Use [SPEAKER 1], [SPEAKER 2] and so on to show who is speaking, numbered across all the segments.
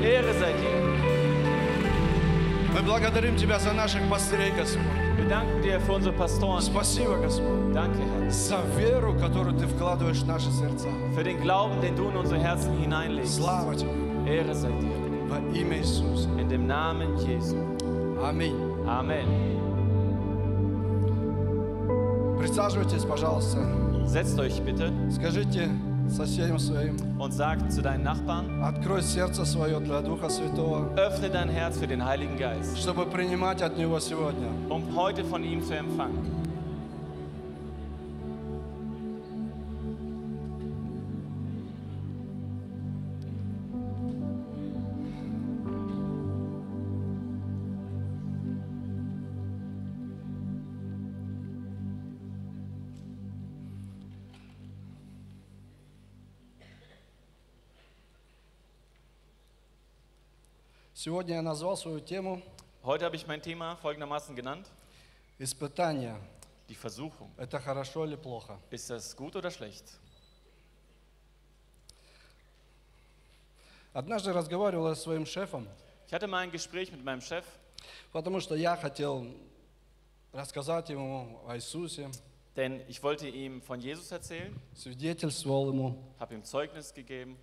[SPEAKER 1] веры за них.
[SPEAKER 2] Мы благодарим Тебя за наших пастырей, Господь.
[SPEAKER 1] Wir danken dir für unsere Pastoren.
[SPEAKER 2] Спасибо, Господь,
[SPEAKER 1] Danke, Herr,
[SPEAKER 2] за веру, которую Ты вкладываешь в наши сердца.
[SPEAKER 1] für den Glauben, den du in unsere Herzen hineinlegst.
[SPEAKER 2] Слава Тебе
[SPEAKER 1] Ehre sei dir.
[SPEAKER 2] во имя Иисуса.
[SPEAKER 1] In dem Namen Jesu.
[SPEAKER 2] Аминь.
[SPEAKER 1] Amen.
[SPEAKER 2] Присаживайтесь, пожалуйста.
[SPEAKER 1] Setzt euch bitte
[SPEAKER 2] Скажите соседям своим,
[SPEAKER 1] und sagt zu deinen Nachbarn,
[SPEAKER 2] открой сердце свое для Духа Святого,
[SPEAKER 1] öffne dein Herz für den Heiligen Geist,
[SPEAKER 2] чтобы принимать от Него сегодня.
[SPEAKER 1] um heute von ihm zu empfangen.
[SPEAKER 2] Сегодня я назвал свою тему
[SPEAKER 1] Heute habe ich mein Thema folgendermaßen genannt.
[SPEAKER 2] «Испытание.
[SPEAKER 1] Die Versuchung.
[SPEAKER 2] Это хорошо или плохо?»
[SPEAKER 1] Ist das gut oder schlecht?
[SPEAKER 2] Однажды разговаривал я со своим шефом,
[SPEAKER 1] Ich hatte mal ein Gespräch mit meinem Chef,
[SPEAKER 2] потому что я хотел рассказать ему о Иисусе,
[SPEAKER 1] denn ich wollte ihm von Jesus erzählen,
[SPEAKER 2] свидетельствовал ему.
[SPEAKER 1] habe ihm Zeugnis gegeben.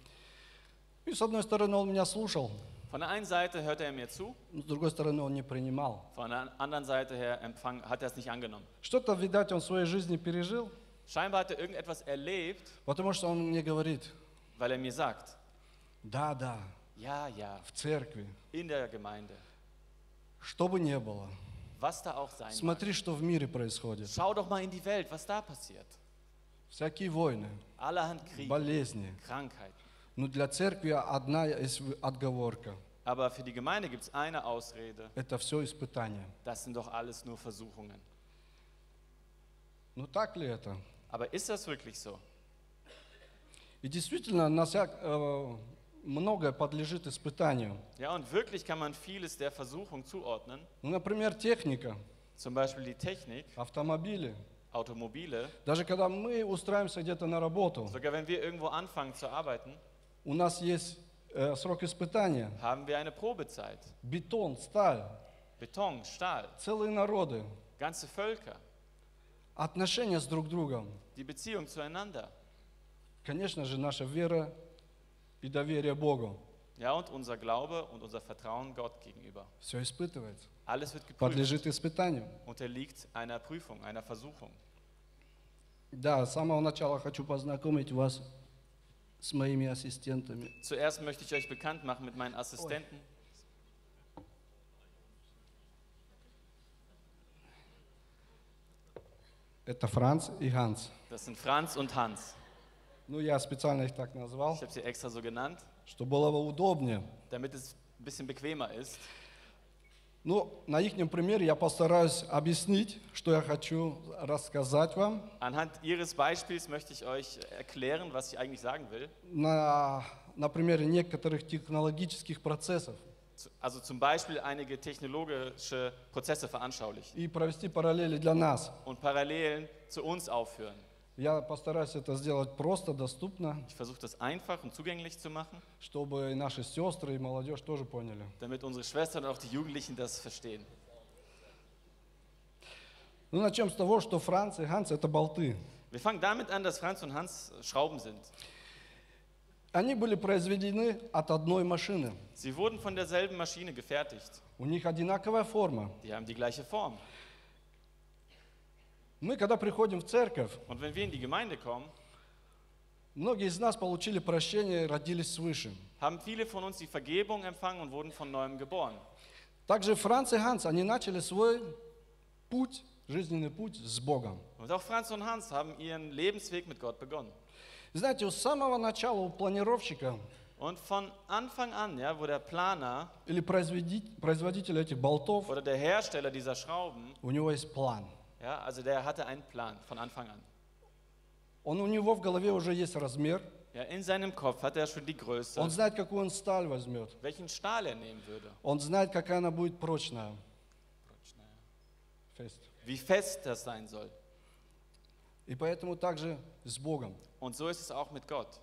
[SPEAKER 2] И с одной стороны он меня слушал,
[SPEAKER 1] Von der einen Seite hörte er mir zu,
[SPEAKER 2] но с другой стороны он не принимал.
[SPEAKER 1] von der anderen Seite her empfang, hat er es nicht angenommen.
[SPEAKER 2] Что-то, видать, он в своей жизни пережил,
[SPEAKER 1] Scheinbar hat er irgendetwas erlebt,
[SPEAKER 2] потому что он мне говорит,
[SPEAKER 1] weil er mir sagt,
[SPEAKER 2] да, да,
[SPEAKER 1] ja, ja,
[SPEAKER 2] в церкви,
[SPEAKER 1] in der Gemeinde,
[SPEAKER 2] что бы ни было,
[SPEAKER 1] was da auch sein mag.
[SPEAKER 2] смотри, что в мире происходит.
[SPEAKER 1] Schau doch mal in die Welt, was da passiert.
[SPEAKER 2] Всякие войны,
[SPEAKER 1] Allerhand Kriege,
[SPEAKER 2] болезни.
[SPEAKER 1] Krankheiten.
[SPEAKER 2] Но для церкви одна есть отговорка.
[SPEAKER 1] Aber für die Gemeinde gibt es eine Ausrede,
[SPEAKER 2] Это все испытание.
[SPEAKER 1] das sind doch alles nur Versuchungen.
[SPEAKER 2] Ну так ли это?
[SPEAKER 1] Aber ist das wirklich so?
[SPEAKER 2] И действительно, на вся- э, многое подлежит испытанию.
[SPEAKER 1] Ja, und wirklich kann man vieles der Versuchung zuordnen.
[SPEAKER 2] Ну, например, техника,
[SPEAKER 1] Zum Beispiel die Technik,
[SPEAKER 2] автомобили.
[SPEAKER 1] Automobile.
[SPEAKER 2] Даже когда мы устраиваемся где-то на работу,
[SPEAKER 1] Sogar wenn wir irgendwo anfangen zu arbeiten,
[SPEAKER 2] у нас есть э, срок испытания.
[SPEAKER 1] haben wir eine Probezeit.
[SPEAKER 2] Бетон, сталь,
[SPEAKER 1] Beton, Stahl,
[SPEAKER 2] целые народы,
[SPEAKER 1] ganze Völker,
[SPEAKER 2] отношения с друг другом.
[SPEAKER 1] die Beziehung zueinander.
[SPEAKER 2] Конечно же, наша вера и доверие Богу.
[SPEAKER 1] Ja, und unser Glaube und unser Vertrauen Gott gegenüber.
[SPEAKER 2] Все испытывается,
[SPEAKER 1] Alles wird geprüft,
[SPEAKER 2] подлежит испытанию.
[SPEAKER 1] unterliegt einer Prüfung, einer Versuchung.
[SPEAKER 2] Да, с самого начала хочу познакомить вас с моими ассистентами.
[SPEAKER 1] Zuerst möchte ich euch bekannt machen mit meinen Assistenten.
[SPEAKER 2] Это Франц и Ганс.
[SPEAKER 1] Das sind Franz und Hans.
[SPEAKER 2] Ну, я специально их так
[SPEAKER 1] Ich
[SPEAKER 2] назвал,
[SPEAKER 1] habe sie extra so genannt,
[SPEAKER 2] чтобы было бы удобнее.
[SPEAKER 1] damit es ein bisschen bequemer ist.
[SPEAKER 2] Ну, на их примере я постараюсь объяснить, что я хочу рассказать вам.
[SPEAKER 1] Anhand Ihres Beispiels möchte ich euch erklären, was ich eigentlich sagen will.
[SPEAKER 2] На, на примере некоторых технологических процессов
[SPEAKER 1] Zu- Also zum Beispiel einige technologische Prozesse veranschaulichen
[SPEAKER 2] и провести параллели для нас.
[SPEAKER 1] und Parallelen zu uns aufführen.
[SPEAKER 2] Я постараюсь это сделать просто, доступно,
[SPEAKER 1] Ich versuche das einfach und zugänglich zu machen,
[SPEAKER 2] чтобы и наши сестры и молодежь тоже поняли.
[SPEAKER 1] damit unsere Schwestern und auch die Jugendlichen das verstehen.
[SPEAKER 2] Ну, начнем с того, что Франц и Ганс – это болты.
[SPEAKER 1] Wir fangen damit an, dass Franz und Hans Schrauben sind.
[SPEAKER 2] Они были произведены от одной машины.
[SPEAKER 1] Sie wurden von derselben Maschine gefertigt.
[SPEAKER 2] У них одинаковая форма.
[SPEAKER 1] Die haben die gleiche Form.
[SPEAKER 2] Мы, когда приходим в церковь,
[SPEAKER 1] Und wenn wir in die Gemeinde kommen,
[SPEAKER 2] многие из нас получили прощение и родились свыше.
[SPEAKER 1] haben viele von uns die Vergebung empfangen und wurden von neuem geboren.
[SPEAKER 2] Также Франц и Ганс, они начали свой путь, жизненный путь с Богом.
[SPEAKER 1] Und auch Franz und Hans haben ihren Lebensweg mit Gott begonnen.
[SPEAKER 2] Знаете, с самого начала у планировщика
[SPEAKER 1] Und von Anfang an, ja, wo der Planer
[SPEAKER 2] или произведи- производителя этих болтов,
[SPEAKER 1] oder der Hersteller dieser Schrauben,
[SPEAKER 2] у него есть план.
[SPEAKER 1] ja, also der hatte einen Plan von Anfang an.
[SPEAKER 2] Он у него в голове уже есть размер.
[SPEAKER 1] Ja, in seinem Kopf hat er schon die Größe,
[SPEAKER 2] Он знает, какую он сталь возьмет.
[SPEAKER 1] welchen Stahl er nehmen würde,
[SPEAKER 2] Он знает, какая она будет прочная. Фест.
[SPEAKER 1] wie fest das sein soll.
[SPEAKER 2] И поэтому также с Богом.
[SPEAKER 1] Und so ist es auch mit Gott.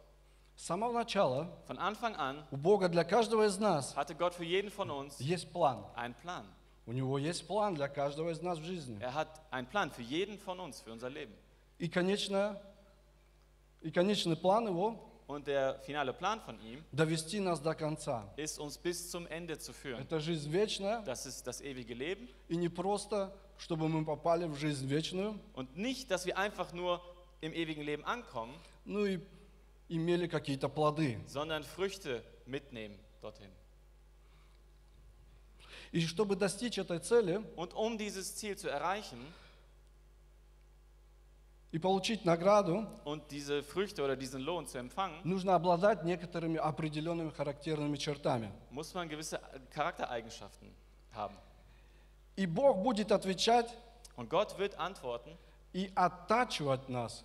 [SPEAKER 2] С самого начала
[SPEAKER 1] Von Anfang an
[SPEAKER 2] у Бога для каждого из нас
[SPEAKER 1] hatte Gott für jeden von uns
[SPEAKER 2] есть план.
[SPEAKER 1] einen Plan.
[SPEAKER 2] У него есть план для каждого из нас в жизни.
[SPEAKER 1] Er hat einen Plan für jeden von uns, für unser Leben.
[SPEAKER 2] И, конечно, и конечный план его
[SPEAKER 1] Und der finale Plan von ihm
[SPEAKER 2] довести нас до конца.
[SPEAKER 1] ist, uns bis zum Ende zu führen.
[SPEAKER 2] Это жизнь вечная,
[SPEAKER 1] Das ist das ewige Leben.
[SPEAKER 2] и не просто, чтобы мы попали в жизнь вечную,
[SPEAKER 1] Und nicht, dass wir einfach nur im ewigen Leben ankommen,
[SPEAKER 2] ну и имели какие-то плоды.
[SPEAKER 1] sondern Früchte mitnehmen dorthin.
[SPEAKER 2] И чтобы достичь этой цели
[SPEAKER 1] Und um dieses Ziel zu erreichen
[SPEAKER 2] и получить награду,
[SPEAKER 1] und diese Früchte oder diesen Lohn zu empfangen,
[SPEAKER 2] нужно обладать некоторыми определенными характерными чертами.
[SPEAKER 1] muss man gewisse Charaktereigenschaften haben.
[SPEAKER 2] И Бог будет отвечать
[SPEAKER 1] Und Gott wird antworten
[SPEAKER 2] и оттачивать нас,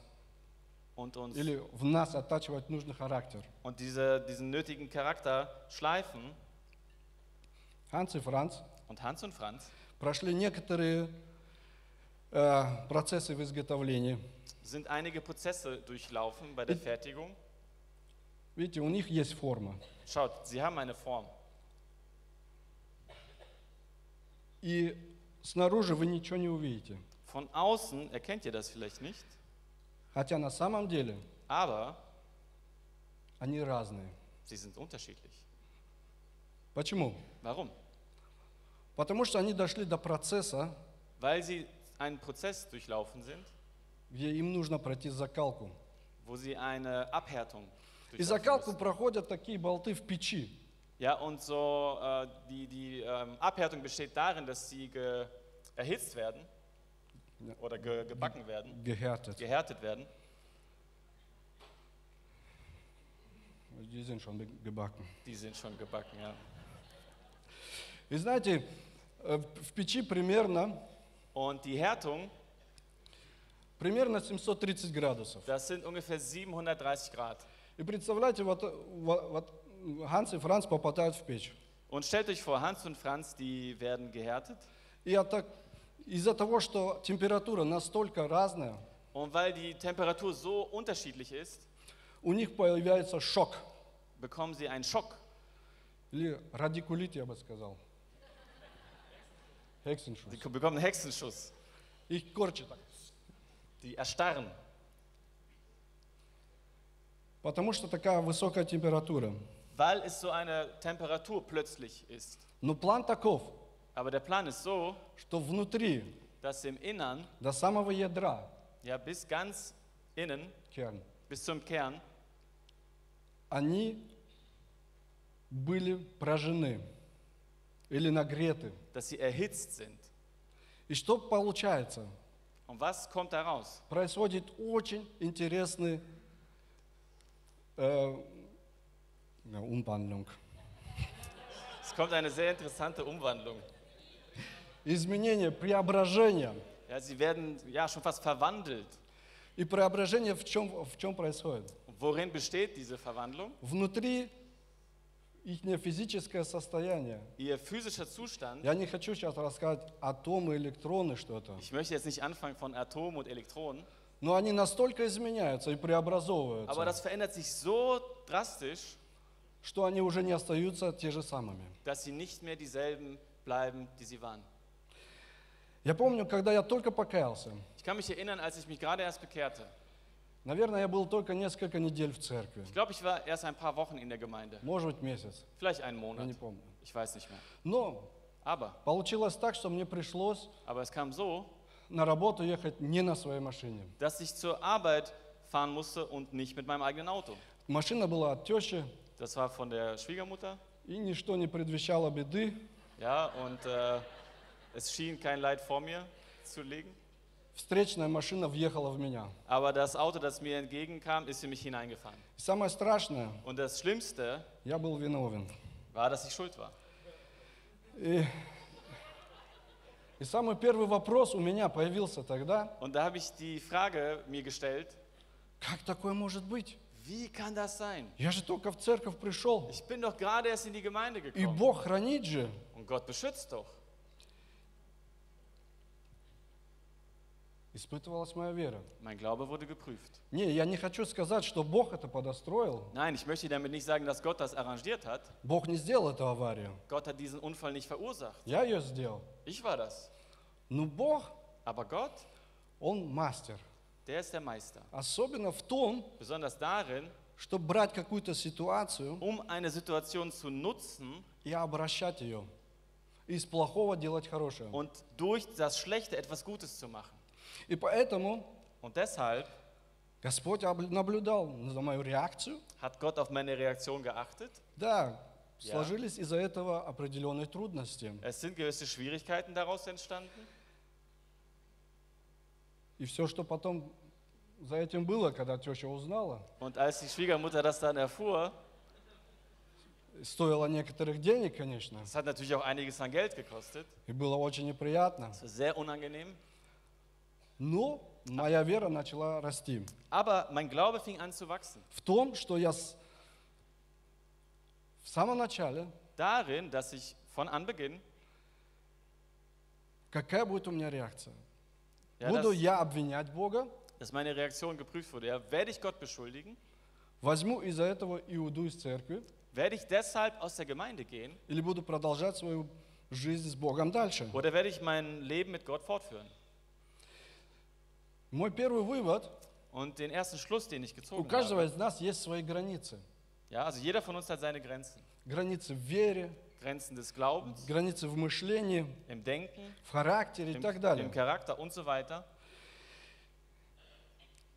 [SPEAKER 1] und uns
[SPEAKER 2] или в нас оттачивать нужный характер.
[SPEAKER 1] und diese, diesen nötigen Charakter schleifen.
[SPEAKER 2] Ханс и Франц
[SPEAKER 1] Und Hans und Franz
[SPEAKER 2] прошли некоторые э, процессы в изготовлении.
[SPEAKER 1] sind einige Prozesse durchlaufen bei der Fertigung.
[SPEAKER 2] Видите, у них есть форма.
[SPEAKER 1] Schaut, sie haben eine Form.
[SPEAKER 2] И снаружи вы ничего не увидите.
[SPEAKER 1] Von außen erkennt ihr das vielleicht nicht,
[SPEAKER 2] Хотя на самом деле
[SPEAKER 1] aber
[SPEAKER 2] они разные.
[SPEAKER 1] sie sind unterschiedlich.
[SPEAKER 2] Почему?
[SPEAKER 1] Warum?
[SPEAKER 2] Потому что они дошли до процесса,
[SPEAKER 1] Weil sie einen Prozess durchlaufen sind,
[SPEAKER 2] где им нужно пройти закалку.
[SPEAKER 1] wo sie eine Abhärtung
[SPEAKER 2] И
[SPEAKER 1] durchlaufen
[SPEAKER 2] закалку
[SPEAKER 1] müssen.
[SPEAKER 2] проходят такие болты в печи.
[SPEAKER 1] Ja, und so äh, die, die ähm, Abhärtung besteht darin, dass sie ge erhitzt werden
[SPEAKER 2] Ja.
[SPEAKER 1] oder ge gebacken werden,
[SPEAKER 2] Gehärtet.
[SPEAKER 1] gehärtet werden.
[SPEAKER 2] Die sind schon gebacken.
[SPEAKER 1] Die sind schon gebacken, ja.
[SPEAKER 2] И знаете, э, в печи примерно,
[SPEAKER 1] Und die Härtung,
[SPEAKER 2] примерно 730 градусов.
[SPEAKER 1] das sind ungefähr 730 Grad.
[SPEAKER 2] И представляете, вот, э, во- вот Ханс и Франц попадают в печь.
[SPEAKER 1] Und stellt euch vor, Hans und Franz, die werden gehärtet.
[SPEAKER 2] И от так- из-за того, что температура настолько разная,
[SPEAKER 1] Und weil die Temperatur so unterschiedlich ist,
[SPEAKER 2] у них появляется шок.
[SPEAKER 1] bekommen sie einen Schock.
[SPEAKER 2] Или радикулит, я бы сказал.
[SPEAKER 1] Sie
[SPEAKER 2] Hexenschuss.
[SPEAKER 1] k- bekommen einen Hexenschuss.
[SPEAKER 2] Их корчит так.
[SPEAKER 1] Die erstarren,
[SPEAKER 2] Потому что такая высокая температура.
[SPEAKER 1] weil es so eine Temperatur plötzlich ist.
[SPEAKER 2] Но план таков,
[SPEAKER 1] Aber der Plan ist so,
[SPEAKER 2] что внутри,
[SPEAKER 1] dass im Innern,
[SPEAKER 2] до самого ядра,
[SPEAKER 1] ja bis ganz innen,
[SPEAKER 2] керн,
[SPEAKER 1] bis zum Kern,
[SPEAKER 2] они были прожжены или нагреты.
[SPEAKER 1] dass sie erhitzt sind.
[SPEAKER 2] И что получается?
[SPEAKER 1] Und was kommt da raus?
[SPEAKER 2] Происходит очень интересный э, ja, Umwandlung.
[SPEAKER 1] Es kommt eine sehr interessante Umwandlung.
[SPEAKER 2] Изменение, преображение.
[SPEAKER 1] Ja, sie werden ja schon fast verwandelt.
[SPEAKER 2] И преображение в чем, в чем происходит?
[SPEAKER 1] Und worin besteht diese Verwandlung?
[SPEAKER 2] Внутри их физическое состояние.
[SPEAKER 1] Ihr physischer Zustand.
[SPEAKER 2] Я не хочу сейчас рассказать атомы, электроны, что это.
[SPEAKER 1] Ich möchte jetzt nicht anfangen von Atomen und Elektronen,
[SPEAKER 2] Но они настолько изменяются и
[SPEAKER 1] aber
[SPEAKER 2] преобразовываются,
[SPEAKER 1] das verändert sich so drastisch,
[SPEAKER 2] что они уже не остаются те же самыми.
[SPEAKER 1] dass sie nicht mehr dieselben bleiben, die sie waren.
[SPEAKER 2] Я помню, когда я только покаялся,
[SPEAKER 1] Ich kann mich erinnern, als ich mich gerade erst bekehrte.
[SPEAKER 2] наверное, я был только nесколько недель в церкви,
[SPEAKER 1] Ich glaube, ich war erst ein paar Wochen in der Gemeinde,
[SPEAKER 2] может быть, месяц,
[SPEAKER 1] vielleicht einen
[SPEAKER 2] я не
[SPEAKER 1] Monat.
[SPEAKER 2] помню.
[SPEAKER 1] Ich weiß nicht mehr.
[SPEAKER 2] Но
[SPEAKER 1] Aber,
[SPEAKER 2] получилось так, что мне пришлось
[SPEAKER 1] aber es kam so,
[SPEAKER 2] на работу ехать не на своей машине.
[SPEAKER 1] dass ich zur Arbeit fahren musste und nicht mit meinem eigenen Auto.
[SPEAKER 2] Машина была от тещи,
[SPEAKER 1] Das war von der Schwiegermutter.
[SPEAKER 2] и ничто не предвещало беды.
[SPEAKER 1] Ja, und äh, es schien kein Leid vor mir zu liegen.
[SPEAKER 2] Встречная машина въехала в меня.
[SPEAKER 1] Aber das Auto, das mir entgegenkam, ist in mich hineingefahren.
[SPEAKER 2] И самое страшное,
[SPEAKER 1] Und das Schlimmste
[SPEAKER 2] я был виновен.
[SPEAKER 1] war, dass ich schuld war.
[SPEAKER 2] И, и самый первый вопрос у меня появился тогда,
[SPEAKER 1] Und da habe ich die Frage mir gestellt,
[SPEAKER 2] как такое может быть?
[SPEAKER 1] wie kann das sein?
[SPEAKER 2] Я же только в церковь пришел.
[SPEAKER 1] Ich bin doch gerade erst in die Gemeinde
[SPEAKER 2] И
[SPEAKER 1] gekommen.
[SPEAKER 2] Бог хранит же.
[SPEAKER 1] Und Gott beschützt doch.
[SPEAKER 2] испытывалась моя вера.
[SPEAKER 1] Mein Glaube wurde geprüft.
[SPEAKER 2] Не, я не хочу сказать, что Бог это подостроил.
[SPEAKER 1] Nein, ich möchte damit nicht sagen, dass Gott das arrangiert hat.
[SPEAKER 2] Бог не сделал эту аварию.
[SPEAKER 1] Gott hat diesen Unfall nicht verursacht.
[SPEAKER 2] Я ее сделал.
[SPEAKER 1] Ich war das.
[SPEAKER 2] Но Бог,
[SPEAKER 1] Aber Gott,
[SPEAKER 2] Он мастер.
[SPEAKER 1] der ist der Meister.
[SPEAKER 2] Особенно в том,
[SPEAKER 1] Besonders darin,
[SPEAKER 2] что брать какую-то ситуацию
[SPEAKER 1] um eine Situation zu nutzen
[SPEAKER 2] и обращать ее. Из плохого делать хорошее.
[SPEAKER 1] und durch das Schlechte etwas Gutes zu machen.
[SPEAKER 2] И поэтому
[SPEAKER 1] Und deshalb
[SPEAKER 2] Господь обл- наблюдал за мою реакцию.
[SPEAKER 1] hat Gott auf meine Reaktion geachtet.
[SPEAKER 2] Да,
[SPEAKER 1] Я-
[SPEAKER 2] сложились из-за этого определенные трудности.
[SPEAKER 1] Es sind gewisse Schwierigkeiten daraus entstanden.
[SPEAKER 2] И все, что потом за этим было, когда теща узнала,
[SPEAKER 1] Und als die Schwiegermutter das dann erfuhr,
[SPEAKER 2] стоило некоторых денег, конечно,
[SPEAKER 1] das hat natürlich auch einiges an Geld gekostet.
[SPEAKER 2] и было очень неприятно.
[SPEAKER 1] Das war sehr unangenehm.
[SPEAKER 2] Но моя вера начала расти
[SPEAKER 1] Aber mein Glaube fing an zu wachsen.
[SPEAKER 2] в том, что я с- в самом начале,
[SPEAKER 1] Darin, dass ich von Anbeginn,
[SPEAKER 2] какая будет у меня реакция.
[SPEAKER 1] ja,
[SPEAKER 2] Буду
[SPEAKER 1] dass,
[SPEAKER 2] я обвинять Бога,
[SPEAKER 1] dass meine Reaktion geprüft wurde, ja, werde ich Gott beschuldigen?
[SPEAKER 2] возьму из-за этого и уйду из церкви,
[SPEAKER 1] Werde ich deshalb aus der Gemeinde gehen?
[SPEAKER 2] или буду продолжать свою жизнь с Богом дальше.
[SPEAKER 1] Oder werde ich mein Leben mit Gott fortführen?
[SPEAKER 2] Мой первый вывод,
[SPEAKER 1] Und den ersten Schluss, den ich
[SPEAKER 2] у
[SPEAKER 1] gezogen
[SPEAKER 2] каждого
[SPEAKER 1] habe.
[SPEAKER 2] из нас есть свои границы.
[SPEAKER 1] Ja, also jeder von uns hat seine Grenzen.
[SPEAKER 2] Границы в вере,
[SPEAKER 1] Grenzen des Glaubens,
[SPEAKER 2] границы в мышлении,
[SPEAKER 1] im Denken,
[SPEAKER 2] в характере и
[SPEAKER 1] im,
[SPEAKER 2] так
[SPEAKER 1] im
[SPEAKER 2] далее.
[SPEAKER 1] Charakter und so weiter.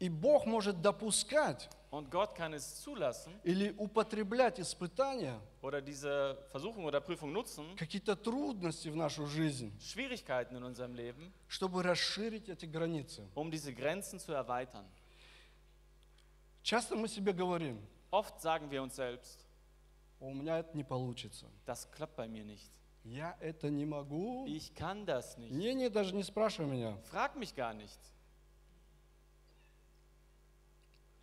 [SPEAKER 2] И Бог может допускать
[SPEAKER 1] Und Gott kann es zulassen
[SPEAKER 2] или употреблять испытания,
[SPEAKER 1] oder diese Versuchung oder Prüfung nutzen,
[SPEAKER 2] какие-то трудности в нашу жизнь,
[SPEAKER 1] Schwierigkeiten in unserem Leben,
[SPEAKER 2] чтобы расширить эти границы.
[SPEAKER 1] um diese Grenzen zu erweitern.
[SPEAKER 2] Часто мы себе говорим,
[SPEAKER 1] Oft sagen wir uns selbst,
[SPEAKER 2] у меня это не получится,
[SPEAKER 1] das klappt bei mir nicht.
[SPEAKER 2] я это не могу.
[SPEAKER 1] Ich kann das nicht.
[SPEAKER 2] Не, не, даже не спрашивай меня.
[SPEAKER 1] Frag mich gar nicht.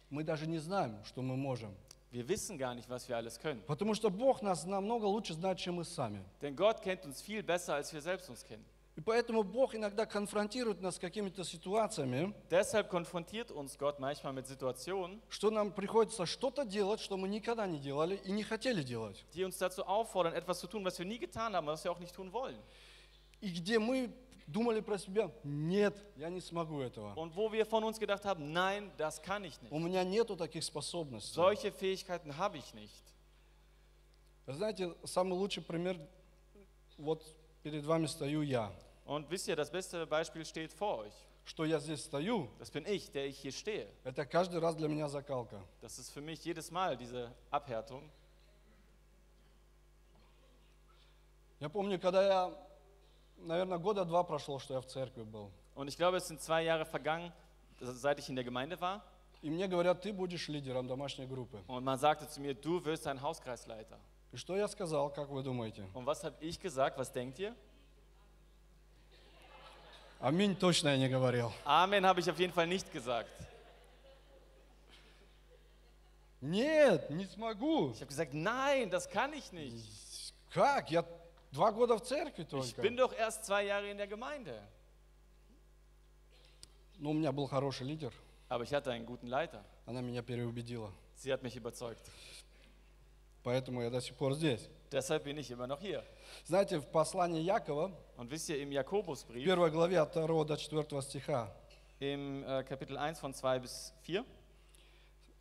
[SPEAKER 2] Мы даже не знаем, что мы можем.
[SPEAKER 1] Wir wissen gar nicht, was wir alles können.
[SPEAKER 2] Потому что Бог нас намного лучше знает, чем мы сами.
[SPEAKER 1] Denn Gott kennt uns viel besser, als wir selbst uns kennen.
[SPEAKER 2] И поэтому Бог иногда конфронтирует нас с какими-то ситуациями,
[SPEAKER 1] Deshalb konfrontiert uns Gott manchmal mit Situationen,
[SPEAKER 2] что нам приходится что-то делать, что мы никогда не делали и не хотели делать.
[SPEAKER 1] die uns dazu auffordern, etwas zu tun, was wir nie getan haben, was wir auch nicht tun wollen.
[SPEAKER 2] И где мы думали про себя, нет, я не смогу этого.
[SPEAKER 1] Und wo wir von uns gedacht haben, nein, das kann ich
[SPEAKER 2] У
[SPEAKER 1] nicht.
[SPEAKER 2] меня нету таких способностей.
[SPEAKER 1] Solche Fähigkeiten habe ich nicht.
[SPEAKER 2] Знаете, самый лучший пример, вот перед вами стою я.
[SPEAKER 1] Und wisst ihr, das beste Beispiel steht vor euch.
[SPEAKER 2] Что я здесь стою,
[SPEAKER 1] Das bin ich, der ich hier stehe.
[SPEAKER 2] это каждый раз для меня закалка.
[SPEAKER 1] Das ist für mich jedes Mal diese Abhärtung.
[SPEAKER 2] Я помню, когда я, наверное, года два прошло, что я в церкви был.
[SPEAKER 1] Und ich glaube, es sind zwei Jahre vergangen, seit ich in der Gemeinde war.
[SPEAKER 2] И мне говорят, ты будешь лидером домашней группы.
[SPEAKER 1] Und man sagte zu mir, du wirst ein Hauskreisleiter.
[SPEAKER 2] И что я сказал, как вы думаете?
[SPEAKER 1] Und was habe ich gesagt? Was denkt ihr?
[SPEAKER 2] Аминь точно я не говорил.
[SPEAKER 1] Amen habe ich auf jeden Fall nicht gesagt.
[SPEAKER 2] Нет, не смогу.
[SPEAKER 1] Ich habe gesagt, nein, das kann ich nicht.
[SPEAKER 2] Как? Я два года в церкви
[SPEAKER 1] Ich bin
[SPEAKER 2] только.
[SPEAKER 1] doch erst zwei Jahre in der Gemeinde.
[SPEAKER 2] Но у меня был хороший лидер.
[SPEAKER 1] Aber ich hatte einen guten Leiter.
[SPEAKER 2] Она меня переубедила.
[SPEAKER 1] Sie hat mich überzeugt.
[SPEAKER 2] Поэтому я до сих пор здесь.
[SPEAKER 1] Deshalb bin ich immer noch hier.
[SPEAKER 2] Знаете, в послании Якова,
[SPEAKER 1] Und wisst ihr, im
[SPEAKER 2] в
[SPEAKER 1] Jakobusbrief,
[SPEAKER 2] первой главе от 2 до 4 стиха,
[SPEAKER 1] im äh, Kapitel 1 von 2 bis 4,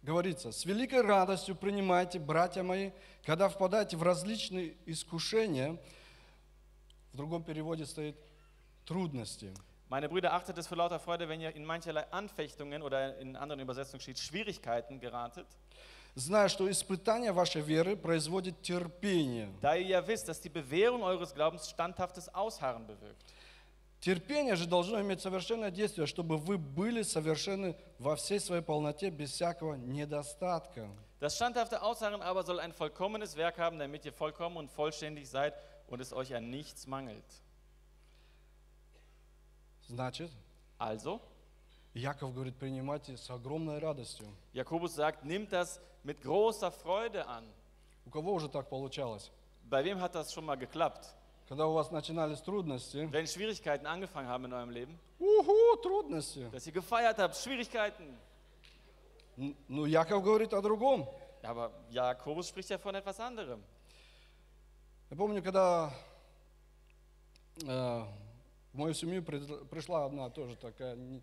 [SPEAKER 2] говорится, «С великой радостью принимайте, братья мои, когда впадаете в различные искушения». В другом переводе стоит «трудности».
[SPEAKER 1] meine Brüder, achtet es für lauter Freude, wenn ihr in mancherlei Anfechtungen oder in anderen Übersetzungen steht, Schwierigkeiten geratet,
[SPEAKER 2] зная, что испытание вашей веры производит терпение.
[SPEAKER 1] da ihr ja wisst, dass die Bewährung eures Glaubens standhaftes Ausharren bewirkt.
[SPEAKER 2] Терпение же должно иметь совершенное действие, чтобы вы были совершенны во всей своей полноте, без всякого недостатка.
[SPEAKER 1] Das standhafte Ausharren aber soll ein vollkommenes Werk haben, damit ihr vollkommen und vollständig seid und es euch an nichts mangelt.
[SPEAKER 2] Значит,
[SPEAKER 1] Also,
[SPEAKER 2] Яков говорит, принимайте с огромной радостью.
[SPEAKER 1] Jakobus sagt, nimmt das mit großer Freude an.
[SPEAKER 2] У кого уже так получалось?
[SPEAKER 1] Bei wem hat das schon mal geklappt?
[SPEAKER 2] Когда у вас начинались трудности,
[SPEAKER 1] Wenn Schwierigkeiten angefangen haben in eurem Leben,
[SPEAKER 2] уху, трудности.
[SPEAKER 1] dass ihr gefeiert habt, Schwierigkeiten.
[SPEAKER 2] Н- Ну, Яков говорит о другом.
[SPEAKER 1] Ja, aber Jakobus spricht ja von etwas anderem.
[SPEAKER 2] Я помню, когда э, в мою семью прид- пришла одна тоже такая не-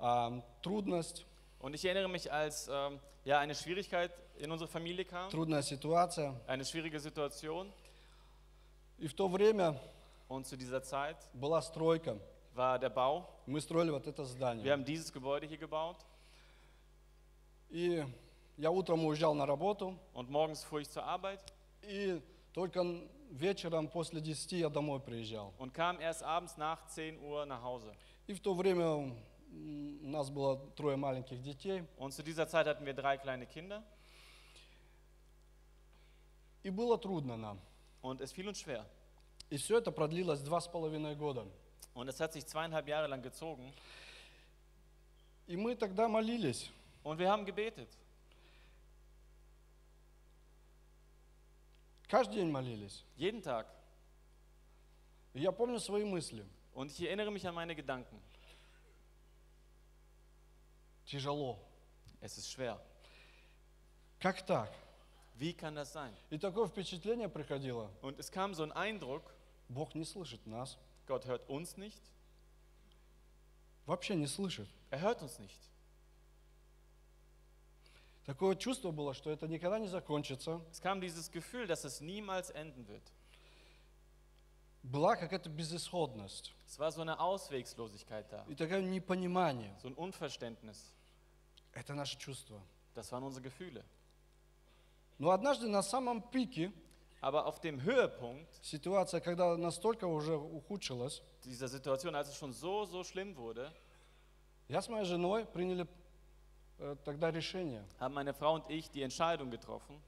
[SPEAKER 2] а, трудность,
[SPEAKER 1] Und ich erinnere mich, als ähm, ja, eine Schwierigkeit in unsere Familie kam,
[SPEAKER 2] трудная ситуация.
[SPEAKER 1] eine schwierige Situation.
[SPEAKER 2] И в то время
[SPEAKER 1] Und zu dieser Zeit
[SPEAKER 2] была стройка.
[SPEAKER 1] war der Bau.
[SPEAKER 2] Мы строили вот это
[SPEAKER 1] Wir
[SPEAKER 2] здание.
[SPEAKER 1] haben dieses Gebäude hier gebaut.
[SPEAKER 2] И я утром уезжал на работу,
[SPEAKER 1] Und morgens fuhr ich zur Arbeit
[SPEAKER 2] и только н- вечером после 10 я домой приезжал.
[SPEAKER 1] und kam erst abends nach 10 Uhr nach Hause.
[SPEAKER 2] И в то время м, у нас было трое маленьких детей.
[SPEAKER 1] Und zu dieser Zeit hatten wir drei kleine Kinder
[SPEAKER 2] И было трудно нам.
[SPEAKER 1] und es fiel uns schwer.
[SPEAKER 2] И все это продлилось два с половиной года.
[SPEAKER 1] Und es hat sich zweieinhalb Jahre lang gezogen.
[SPEAKER 2] И мы тогда молились.
[SPEAKER 1] Und wir haben gebetet.
[SPEAKER 2] Каждый день молились.
[SPEAKER 1] Jeden Tag.
[SPEAKER 2] И я помню свои мысли.
[SPEAKER 1] Und ich erinnere mich an meine Gedanken.
[SPEAKER 2] Тяжело.
[SPEAKER 1] Es ist schwer.
[SPEAKER 2] Как так?
[SPEAKER 1] Wie kann das sein?
[SPEAKER 2] И такое впечатление приходило.
[SPEAKER 1] Und es kam so ein Eindruck,
[SPEAKER 2] Бог не слышит нас.
[SPEAKER 1] Gott hört uns nicht.
[SPEAKER 2] Вообще не слышит.
[SPEAKER 1] Er hört uns nicht.
[SPEAKER 2] Такое чувство было, что это никогда не закончится.
[SPEAKER 1] Es kam dieses Gefühl, dass es niemals enden wird.
[SPEAKER 2] Была какая-то безысходность.
[SPEAKER 1] Es war so eine Auswegslosigkeit da,
[SPEAKER 2] И такое непонимание.
[SPEAKER 1] so ein Unverständnis.
[SPEAKER 2] Это наше чувство.
[SPEAKER 1] Das waren unsere Gefühle.
[SPEAKER 2] Но однажды на самом пике
[SPEAKER 1] Aber auf dem Höhepunkt
[SPEAKER 2] ситуация, когда настолько уже ухудшилась,
[SPEAKER 1] dieser Situation, als es schon so, so schlimm wurde,
[SPEAKER 2] я с моей женой приняли э, тогда решение.
[SPEAKER 1] haben meine Frau und ich die Entscheidung getroffen.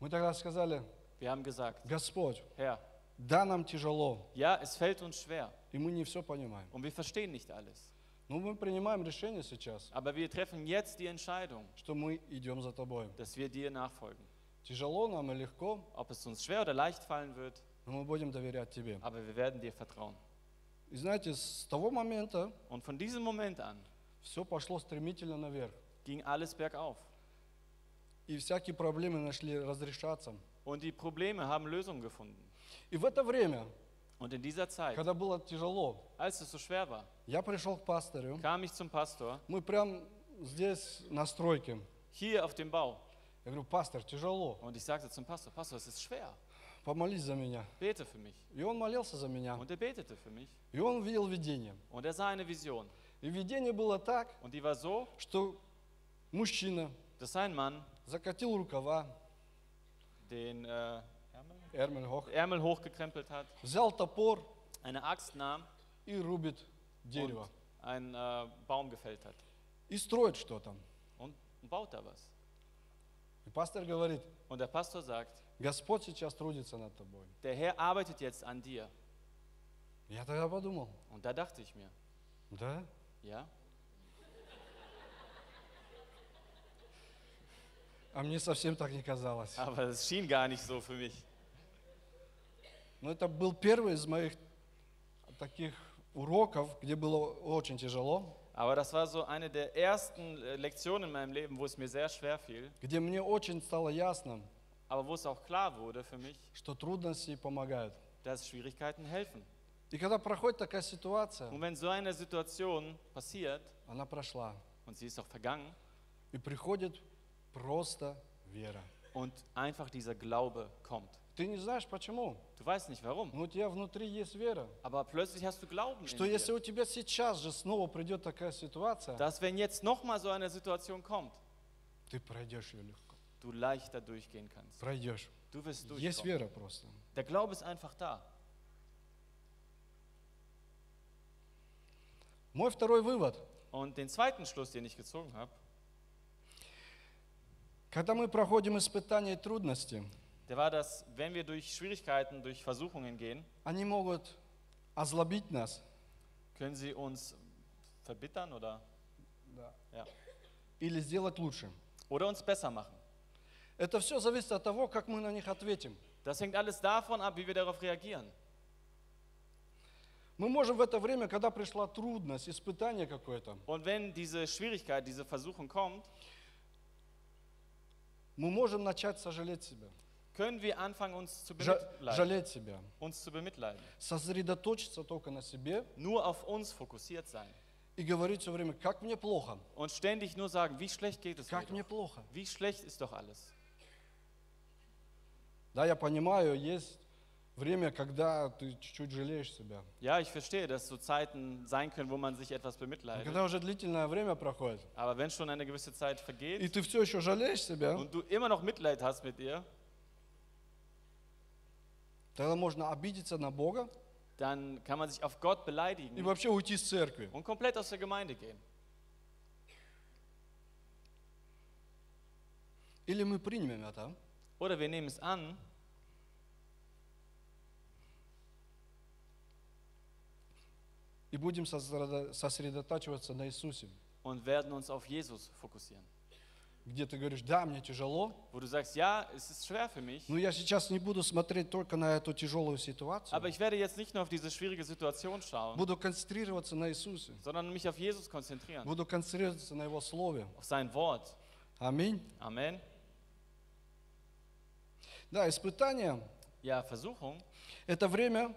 [SPEAKER 2] Мы тогда сказали,
[SPEAKER 1] Wir haben gesagt,
[SPEAKER 2] Господь,
[SPEAKER 1] Herr,
[SPEAKER 2] да, нам тяжело,
[SPEAKER 1] ja, es fällt uns schwer
[SPEAKER 2] и мы не все понимаем.
[SPEAKER 1] und wir verstehen nicht alles.
[SPEAKER 2] Но мы принимаем решение сейчас,
[SPEAKER 1] Aber wir treffen jetzt die Entscheidung,
[SPEAKER 2] что мы идем за тобой.
[SPEAKER 1] dass wir dir nachfolgen.
[SPEAKER 2] Тяжело нам и легко,
[SPEAKER 1] Ob es uns schwer oder leicht fallen wird,
[SPEAKER 2] но мы будем доверять тебе.
[SPEAKER 1] aber wir werden dir vertrauen.
[SPEAKER 2] И знаете, с того момента
[SPEAKER 1] Und von diesem Moment an
[SPEAKER 2] все пошло стремительно наверх.
[SPEAKER 1] ging alles bergauf.
[SPEAKER 2] И всякие проблемы начали разрешаться.
[SPEAKER 1] Und die Probleme haben Lösungen gefunden.
[SPEAKER 2] И в это время,
[SPEAKER 1] Und in dieser Zeit,
[SPEAKER 2] когда было тяжело,
[SPEAKER 1] als es so schwer war,
[SPEAKER 2] я пришел к пастору.
[SPEAKER 1] kam ich zum Pastor,
[SPEAKER 2] Мы прям здесь на стройке.
[SPEAKER 1] hier auf dem Bau.
[SPEAKER 2] Я говорю, пастор, тяжело,
[SPEAKER 1] Und ich sagte zum Pastor, Pastor, es ist schwer,
[SPEAKER 2] помолись за меня.
[SPEAKER 1] bete für mich.
[SPEAKER 2] И он молился за меня.
[SPEAKER 1] Und er betete für mich.
[SPEAKER 2] И он видел видение.
[SPEAKER 1] Und er sah eine Vision.
[SPEAKER 2] И видение было так,
[SPEAKER 1] Und die war so,
[SPEAKER 2] что мужчина
[SPEAKER 1] dass ein Mann
[SPEAKER 2] закатил рукава,
[SPEAKER 1] den äh,
[SPEAKER 2] Эрмель Хох,
[SPEAKER 1] Ärmel hochgekrempelt hat,
[SPEAKER 2] взял топор
[SPEAKER 1] eine Axt nahm
[SPEAKER 2] и рубит дерево.
[SPEAKER 1] und einen äh, Baum gefällt hat.
[SPEAKER 2] И строит что-то.
[SPEAKER 1] Und baut da was.
[SPEAKER 2] И пастор говорит,
[SPEAKER 1] Und der Pastor sagt,
[SPEAKER 2] Господь сейчас трудится над тобой.
[SPEAKER 1] der Herr arbeitet jetzt an dir.
[SPEAKER 2] Я тогда подумал,
[SPEAKER 1] Und da dachte ich mir,
[SPEAKER 2] да?
[SPEAKER 1] ja,
[SPEAKER 2] А мне совсем так не казалось.
[SPEAKER 1] aber es schien gar nicht so für mich.
[SPEAKER 2] Но это был первый из моих таких уроков, где было очень тяжело,
[SPEAKER 1] Aber das war so eine der ersten äh, Lektionen in meinem Leben, wo es mir sehr schwer fiel,
[SPEAKER 2] где мне очень стало ясно,
[SPEAKER 1] aber wo es auch klar wurde für mich,
[SPEAKER 2] что трудности помогают.
[SPEAKER 1] dass Schwierigkeiten helfen.
[SPEAKER 2] И когда проходит такая ситуация,
[SPEAKER 1] Und wenn so eine Situation passiert,
[SPEAKER 2] она прошла.
[SPEAKER 1] und sie ist auch vergangen,
[SPEAKER 2] И приходит просто вера.
[SPEAKER 1] und einfach dieser Glaube kommt.
[SPEAKER 2] Ты не знаешь почему,
[SPEAKER 1] Du weißt nicht warum,
[SPEAKER 2] но Ну, у тебя внутри есть вера.
[SPEAKER 1] aber plötzlich hast du Glauben in
[SPEAKER 2] Что если
[SPEAKER 1] dir,
[SPEAKER 2] у тебя сейчас же снова придет такая ситуация,
[SPEAKER 1] dass wenn jetzt nochmal so eine Situation kommt,
[SPEAKER 2] ты пройдешь ее легко.
[SPEAKER 1] du leichter durchgehen kannst.
[SPEAKER 2] Пройдешь.
[SPEAKER 1] Du wirst
[SPEAKER 2] Есть
[SPEAKER 1] durchkommen.
[SPEAKER 2] вера просто.
[SPEAKER 1] Der Glaube ist einfach da.
[SPEAKER 2] Мой второй вывод.
[SPEAKER 1] Und den zweiten Schluss, den ich gezogen habe,
[SPEAKER 2] Когда мы проходим испытания и трудности,
[SPEAKER 1] der war, dass wenn wir durch Schwierigkeiten, durch Versuchungen gehen,
[SPEAKER 2] они могут озлобить нас
[SPEAKER 1] können sie uns verbittern oder, ja,
[SPEAKER 2] или сделать лучше.
[SPEAKER 1] oder uns besser machen.
[SPEAKER 2] Это все зависит от того, как мы на них ответим.
[SPEAKER 1] Das hängt alles davon ab, wie wir darauf reagieren.
[SPEAKER 2] Мы можем в это время, когда пришла трудность, испытание какое-то,
[SPEAKER 1] Und wenn diese Schwierigkeit, diese Versuchung kommt,
[SPEAKER 2] мы можем начать сожалеть себя,
[SPEAKER 1] können wir anfangen, uns zu
[SPEAKER 2] жа-
[SPEAKER 1] bemitleiden.
[SPEAKER 2] жалеть себя,
[SPEAKER 1] Uns zu bemitleiden.
[SPEAKER 2] сосредоточиться только на себе
[SPEAKER 1] Nur auf uns fokussiert sein.
[SPEAKER 2] и говорить все время, как мне плохо,
[SPEAKER 1] Und ständig nur sagen, wie schlecht geht es mir.
[SPEAKER 2] как мне
[SPEAKER 1] Doch.
[SPEAKER 2] плохо.
[SPEAKER 1] Wie schlecht ist doch alles.
[SPEAKER 2] Да, я понимаю, есть время, когда ты чуть-чуть жалеешь себя.
[SPEAKER 1] Ja, ich verstehe, dass so Zeiten sein können, wo man sich etwas
[SPEAKER 2] Но
[SPEAKER 1] bemitleidet.
[SPEAKER 2] когда уже длительное время проходит,
[SPEAKER 1] Aber wenn schon eine gewisse Zeit
[SPEAKER 2] и
[SPEAKER 1] vergeht
[SPEAKER 2] ты все еще жалеешь себя,
[SPEAKER 1] und du immer noch Mitleid hast mit ihr,
[SPEAKER 2] тогда можно обидеться на Бога
[SPEAKER 1] dann kann man sich auf Gott
[SPEAKER 2] и
[SPEAKER 1] beleidigen
[SPEAKER 2] вообще уйти с церкви.
[SPEAKER 1] und komplett aus der Gemeinde gehen.
[SPEAKER 2] Или мы примем это
[SPEAKER 1] Oder wir nehmen es an
[SPEAKER 2] и будем сосредо- сосредотачиваться на Иисусе,
[SPEAKER 1] und werden uns auf Jesus fokussieren.
[SPEAKER 2] где ты говоришь, да, мне тяжело,
[SPEAKER 1] Wo du sagst, ja, es ist schwer für mich,
[SPEAKER 2] но я сейчас не буду смотреть только на эту тяжелую ситуацию,
[SPEAKER 1] aber ich werde jetzt nicht nur auf diese schwierige Situation schauen,
[SPEAKER 2] буду концентрироваться на Иисусе,
[SPEAKER 1] sondern mich auf Jesus konzentrieren,
[SPEAKER 2] буду концентрироваться на Его Слове.
[SPEAKER 1] auf sein Wort.
[SPEAKER 2] Аминь.
[SPEAKER 1] Amen.
[SPEAKER 2] Да, испытания
[SPEAKER 1] Ja, Versuchung,
[SPEAKER 2] – это время,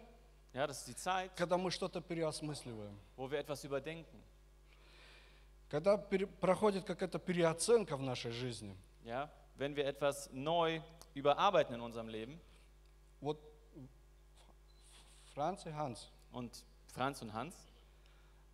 [SPEAKER 1] ja, das ist die Zeit,
[SPEAKER 2] когда мы что-то переосмысливаем.
[SPEAKER 1] wo wir etwas überdenken.
[SPEAKER 2] Когда пере- проходит какая-то переоценка в нашей жизни,
[SPEAKER 1] Ja, wenn wir etwas neu überarbeiten in unserem Leben.
[SPEAKER 2] вот Франц и Ханс,
[SPEAKER 1] Und Franz und Hans,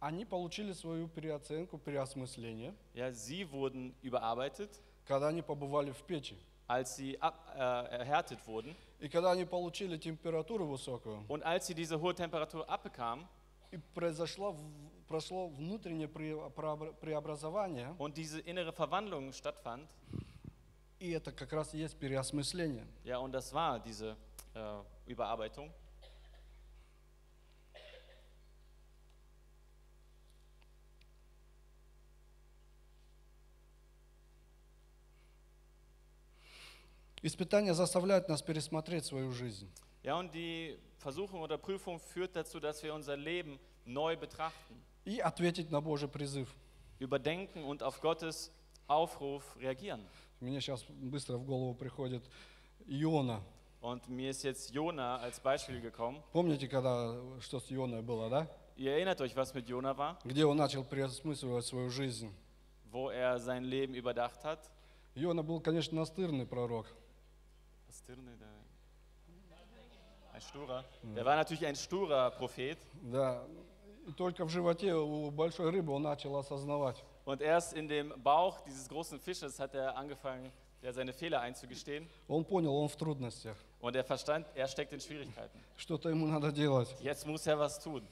[SPEAKER 2] они получили свою переоценку, переосмысление,
[SPEAKER 1] ja, sie wurden überarbeitet,
[SPEAKER 2] когда они побывали в печи.
[SPEAKER 1] als sie ab, äh, erhärtet wurden.
[SPEAKER 2] И когда они получили температуру высокую,
[SPEAKER 1] Und als sie diese hohe Temperatur abbekamen
[SPEAKER 2] и произошло, в- прошло внутреннее пре- прообра- преобразование,
[SPEAKER 1] und diese innere Verwandlung stattfand,
[SPEAKER 2] и это как раз и есть переосмысление.
[SPEAKER 1] ja, und das war diese äh, Überarbeitung,
[SPEAKER 2] Испытания заставляют нас пересмотреть свою жизнь.
[SPEAKER 1] ja, und die Versuchung oder Prüfung führt dazu, dass wir unser Leben neu betrachten,
[SPEAKER 2] и ответить на Божий призыв.
[SPEAKER 1] überdenken und auf Gottes Aufruf reagieren.
[SPEAKER 2] Мне сейчас быстро в голову приходит Иона.
[SPEAKER 1] Und mir ist jetzt Jona als Beispiel gekommen.
[SPEAKER 2] Помните, когда что с Ионой было, да?
[SPEAKER 1] Ihr erinnert euch, was mit Jona war,
[SPEAKER 2] Где он начал переосмысливать свою жизнь.
[SPEAKER 1] wo er sein Leben überdacht hat?
[SPEAKER 2] Иона был, конечно, настырный пророк.
[SPEAKER 1] Was Tirne da? Ein Sturer. Er war natürlich ein sturer Prophet.
[SPEAKER 2] Да. И только в животе у большой рыбы он начал осознавать.
[SPEAKER 1] Und erst in dem Bauch dieses großen Fisches hat er angefangen, ja, seine Fehler einzugestehen.
[SPEAKER 2] Он понял, он в трудностях.
[SPEAKER 1] Und er verstand, er steckt in Schwierigkeiten.
[SPEAKER 2] Что-то ему надо делать.
[SPEAKER 1] Jetzt muss er was tun.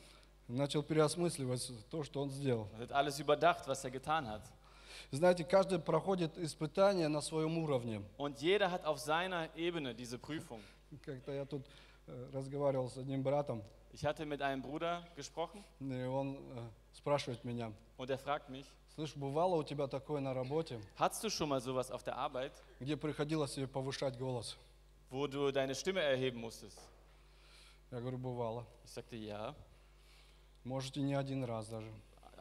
[SPEAKER 2] Начал переосмысливать то, что он сделал.
[SPEAKER 1] Er hat alles überdacht, was er getan hat.
[SPEAKER 2] Знаете, каждый проходит испытания на своем уровне.
[SPEAKER 1] Und jeder hat auf seiner Ebene diese Prüfung.
[SPEAKER 2] Как-то я тут э, разговаривал с одним братом.
[SPEAKER 1] Ich hatte mit einem Bruder gesprochen
[SPEAKER 2] И он э, спрашивает меня,
[SPEAKER 1] und er fragt mich,
[SPEAKER 2] слышь, бывало у тебя такое на работе,
[SPEAKER 1] hattest du schon mal sowas auf der Arbeit,
[SPEAKER 2] где приходилось себе повышать голос?
[SPEAKER 1] wo du deine Stimme erheben musstest?
[SPEAKER 2] Я говорю, бывало.
[SPEAKER 1] Ich sagte, ja,
[SPEAKER 2] Может и не один раз даже.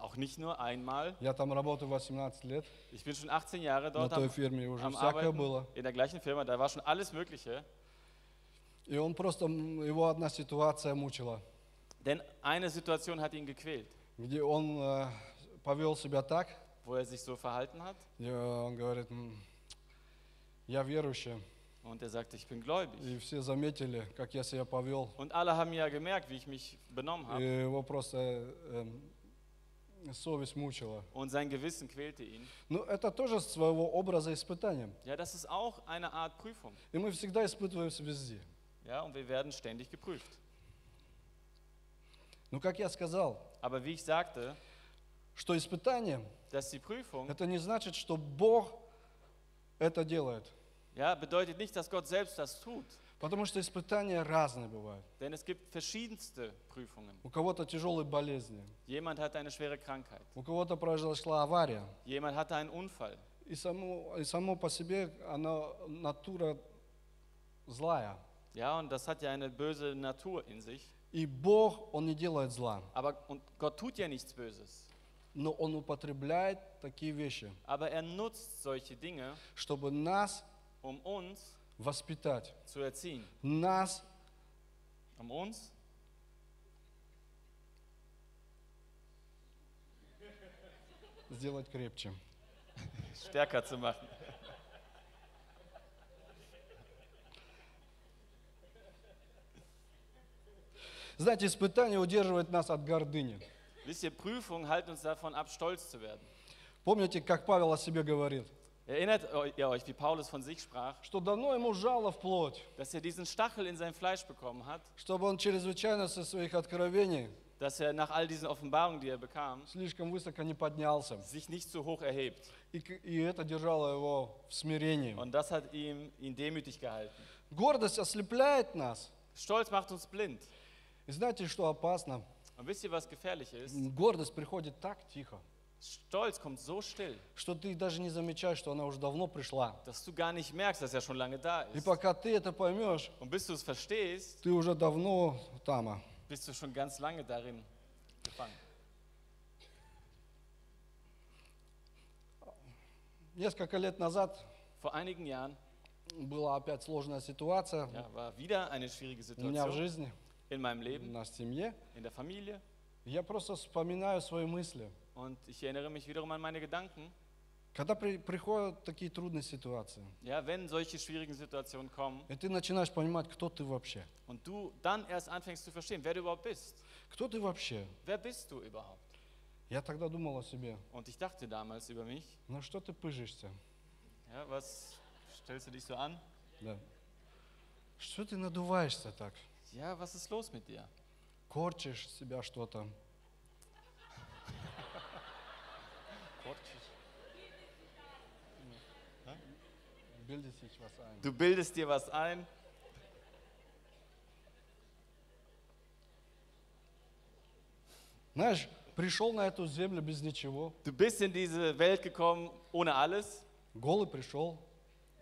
[SPEAKER 1] auch nicht nur einmal.
[SPEAKER 2] Я там работаю 18 лет
[SPEAKER 1] Ich bin schon 18 Jahre
[SPEAKER 2] на
[SPEAKER 1] dort
[SPEAKER 2] той
[SPEAKER 1] am,
[SPEAKER 2] фирме, и уже
[SPEAKER 1] am
[SPEAKER 2] всякое
[SPEAKER 1] Arbeiten,
[SPEAKER 2] было.
[SPEAKER 1] in der gleichen Firma, da war schon alles Mögliche.
[SPEAKER 2] И он просто, м, его одна ситуация мучила,
[SPEAKER 1] Denn eine Situation hat ihn gequält,
[SPEAKER 2] где он э, повел себя так,
[SPEAKER 1] wo er sich so verhalten hat.
[SPEAKER 2] и он говорит, «М, я верующий,
[SPEAKER 1] Und er sagte, ich bin gläubig.
[SPEAKER 2] и все заметили, как я себя повел.
[SPEAKER 1] Und alle haben ja gemerkt, wie ich mich benommen
[SPEAKER 2] И
[SPEAKER 1] habe.
[SPEAKER 2] его просто э, эм, совесть мучила.
[SPEAKER 1] Und sein Gewissen quälte ihn.
[SPEAKER 2] Но это тоже своего образа испытания.
[SPEAKER 1] Ja, das ist auch eine Art Prüfung.
[SPEAKER 2] И мы всегда испытываемся везде.
[SPEAKER 1] Ja, und wir werden ständig geprüft.
[SPEAKER 2] Но как я сказал,
[SPEAKER 1] Aber wie ich sagte,
[SPEAKER 2] что испытание,
[SPEAKER 1] dass die Prüfung,
[SPEAKER 2] это не значит, что Бог это делает.
[SPEAKER 1] ja, bedeutet nicht, dass Gott selbst das tut.
[SPEAKER 2] Потому что испытания разные бывают.
[SPEAKER 1] Denn es gibt verschiedenste Prüfungen.
[SPEAKER 2] У кого-то тяжелые болезни,
[SPEAKER 1] Jemand hatte eine schwere Krankheit.
[SPEAKER 2] у кого-то произошла авария.
[SPEAKER 1] Jemand hatte einen Unfall.
[SPEAKER 2] И само, и само по себе она натура злая.
[SPEAKER 1] Ja, und das hat ja eine böse Natur in sich.
[SPEAKER 2] И Бог, Он не делает зла,
[SPEAKER 1] Aber und Gott tut ja nichts Böses.
[SPEAKER 2] но Он употребляет такие вещи,
[SPEAKER 1] Aber er nutzt solche Dinge,
[SPEAKER 2] чтобы нас
[SPEAKER 1] um uns
[SPEAKER 2] воспитать,
[SPEAKER 1] zu erziehen,
[SPEAKER 2] нас
[SPEAKER 1] um uns
[SPEAKER 2] сделать крепче.
[SPEAKER 1] stärker zu machen.
[SPEAKER 2] Знаете, испытание удерживает нас от гордыни.
[SPEAKER 1] Wisst ihr, Prüfungen halten uns davon ab, stolz zu werden.
[SPEAKER 2] Помните, как Павел о себе говорит,
[SPEAKER 1] Erinnert eu- ihr euch, wie Paulus von sich sprach,
[SPEAKER 2] что давно ему жало в плоть,
[SPEAKER 1] dass er diesen Stachel in sein Fleisch bekommen hat,
[SPEAKER 2] чтобы он чрезвычайно со своих откровений
[SPEAKER 1] dass er nach all diesen Offenbarungen, die er bekam,
[SPEAKER 2] слишком высоко не поднялся.
[SPEAKER 1] sich nicht zu hoch erhebt.
[SPEAKER 2] И, к- и это держало его в смирении.
[SPEAKER 1] Und das hat ihm, ihn demütig gehalten.
[SPEAKER 2] Гордость ослепляет нас.
[SPEAKER 1] Stolz macht uns blind.
[SPEAKER 2] И знаете, что опасно?
[SPEAKER 1] Und wisst ihr, was gefährlich ist?
[SPEAKER 2] Гордость приходит так тихо,
[SPEAKER 1] Stolz kommt so still,
[SPEAKER 2] что ты даже не замечаешь, что она уже давно пришла.
[SPEAKER 1] dass du gar nicht merkst, dass er schon lange da
[SPEAKER 2] И
[SPEAKER 1] ist.
[SPEAKER 2] пока ты это поймешь,
[SPEAKER 1] Und bis du es verstehst,
[SPEAKER 2] ты уже давно там. а.
[SPEAKER 1] bist du schon ganz lange darin gefangen.
[SPEAKER 2] Несколько лет назад
[SPEAKER 1] Vor einigen Jahren
[SPEAKER 2] была опять сложная ситуация
[SPEAKER 1] ja, war wieder eine schwierige
[SPEAKER 2] у меня в
[SPEAKER 1] Situation
[SPEAKER 2] жизни,
[SPEAKER 1] in meinem
[SPEAKER 2] у
[SPEAKER 1] Leben,
[SPEAKER 2] нас в семье.
[SPEAKER 1] in der Familie.
[SPEAKER 2] Я просто вспоминаю свои мысли.
[SPEAKER 1] Und ich erinnere mich wiederum an meine Gedanken.
[SPEAKER 2] Когда при- приходят такие трудные ситуации,
[SPEAKER 1] Ja, wenn solche schwierigen Situationen kommen
[SPEAKER 2] и ты начинаешь понимать, кто ты вообще.
[SPEAKER 1] und du dann erst anfängst zu verstehen, wer du überhaupt bist.
[SPEAKER 2] Кто ты вообще?
[SPEAKER 1] Wer bist du überhaupt?
[SPEAKER 2] Я тогда думал о себе,
[SPEAKER 1] Und ich dachte damals über mich,
[SPEAKER 2] ну что ты пыжишься?
[SPEAKER 1] ja, was stellst du dich so an?
[SPEAKER 2] Да. Что ты надуваешься так?
[SPEAKER 1] Ja, was ist los mit dir?
[SPEAKER 2] Корчишь себя что-то. А? Bildet sich was ein.
[SPEAKER 1] Du bildest dir was ein.
[SPEAKER 2] Знаешь, пришел на эту землю без ничего.
[SPEAKER 1] Du bist in diese Welt gekommen ohne alles,
[SPEAKER 2] Голый пришел,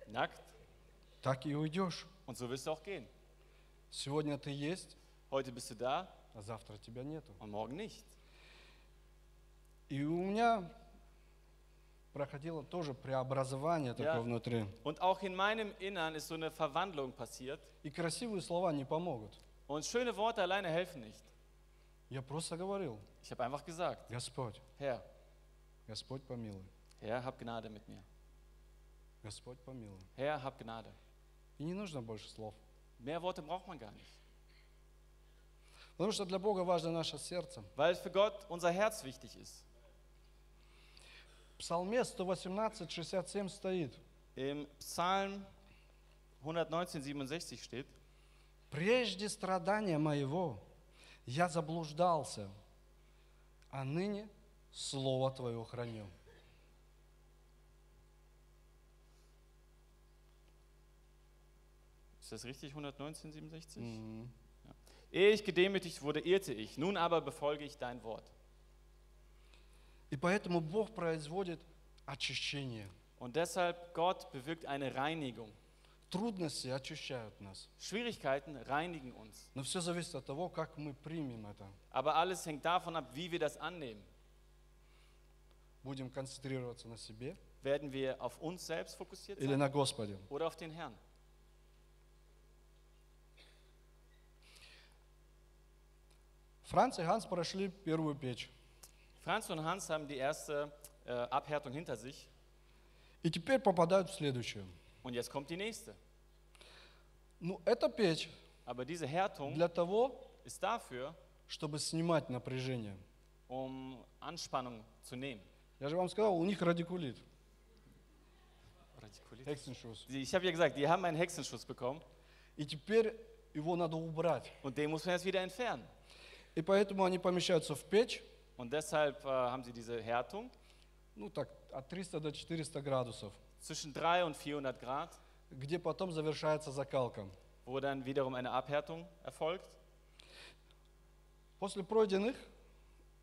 [SPEAKER 1] nackt.
[SPEAKER 2] так и уйдешь.
[SPEAKER 1] Und so wirst du auch gehen.
[SPEAKER 2] Сегодня ты есть,
[SPEAKER 1] Heute bist du da
[SPEAKER 2] а завтра тебя нету.
[SPEAKER 1] und morgen nicht.
[SPEAKER 2] И у меня проходило тоже преобразование такое
[SPEAKER 1] Я-
[SPEAKER 2] внутри.
[SPEAKER 1] Und auch in meinem Innern ist so eine Verwandlung passiert.
[SPEAKER 2] И красивые слова не помогут.
[SPEAKER 1] Und schöne Worte alleine helfen nicht.
[SPEAKER 2] Я просто говорил,
[SPEAKER 1] Ich habe einfach gesagt,
[SPEAKER 2] Господь,
[SPEAKER 1] Herr,
[SPEAKER 2] Господь помилуй,
[SPEAKER 1] Herr, hab Gnade mit mir.
[SPEAKER 2] Господь помилуй.
[SPEAKER 1] Herr, hab Gnade.
[SPEAKER 2] И не нужно больше слов.
[SPEAKER 1] Mehr Worte braucht man gar nicht.
[SPEAKER 2] Потому что для Бога важно наше сердце.
[SPEAKER 1] Weil für Gott unser Herz wichtig ist.
[SPEAKER 2] В Псалме 118, 67 стоит.
[SPEAKER 1] Im Psalm 119, 67 steht,
[SPEAKER 2] Прежде страдания моего я заблуждался, а ныне Слово Твое храню.
[SPEAKER 1] ist das richtig, 119, 67? Ehe ich gedemütigt wurde, irrte ich, nun aber befolge ich dein Wort.
[SPEAKER 2] И поэтому Бог производит очищение.
[SPEAKER 1] Und deshalb, Gott bewirkt eine Reinigung.
[SPEAKER 2] Трудности очищают нас.
[SPEAKER 1] Schwierigkeiten reinigen uns.
[SPEAKER 2] Но все зависит от того, как мы примем это.
[SPEAKER 1] Aber alles hängt davon ab, wie wir das annehmen.
[SPEAKER 2] Будем концентрироваться на себе
[SPEAKER 1] Werden wir auf uns selbst fokussiert
[SPEAKER 2] или
[SPEAKER 1] sein
[SPEAKER 2] на Господе.
[SPEAKER 1] oder auf den Herrn?
[SPEAKER 2] Франц и Ганс прошли первую печь.
[SPEAKER 1] Franz und Hans haben die erste äh, Abhärtung hinter sich
[SPEAKER 2] И теперь попадают в следующую.
[SPEAKER 1] und jetzt kommt die nächste.
[SPEAKER 2] Ну, эта печь
[SPEAKER 1] Aber diese Härtung
[SPEAKER 2] для того,
[SPEAKER 1] ist dafür,
[SPEAKER 2] чтобы снимать напряжение.
[SPEAKER 1] um Anspannung zu nehmen.
[SPEAKER 2] Я же вам сказал, у них радикулит. Эксеншус.
[SPEAKER 1] Die- Ich habe ja gesagt, die haben einen Hexenschuss bekommen
[SPEAKER 2] И теперь его надо убрать.
[SPEAKER 1] und den muss man jetzt wieder entfernen.
[SPEAKER 2] И поэтому они помещаются в печь,
[SPEAKER 1] Und deshalb äh, haben sie diese Härtung
[SPEAKER 2] ну так, от 300 до 400 градусов,
[SPEAKER 1] zwischen 300 und 400 Grad,
[SPEAKER 2] где потом завершается закалка.
[SPEAKER 1] wo dann wiederum eine Abhärtung erfolgt.
[SPEAKER 2] После пройденных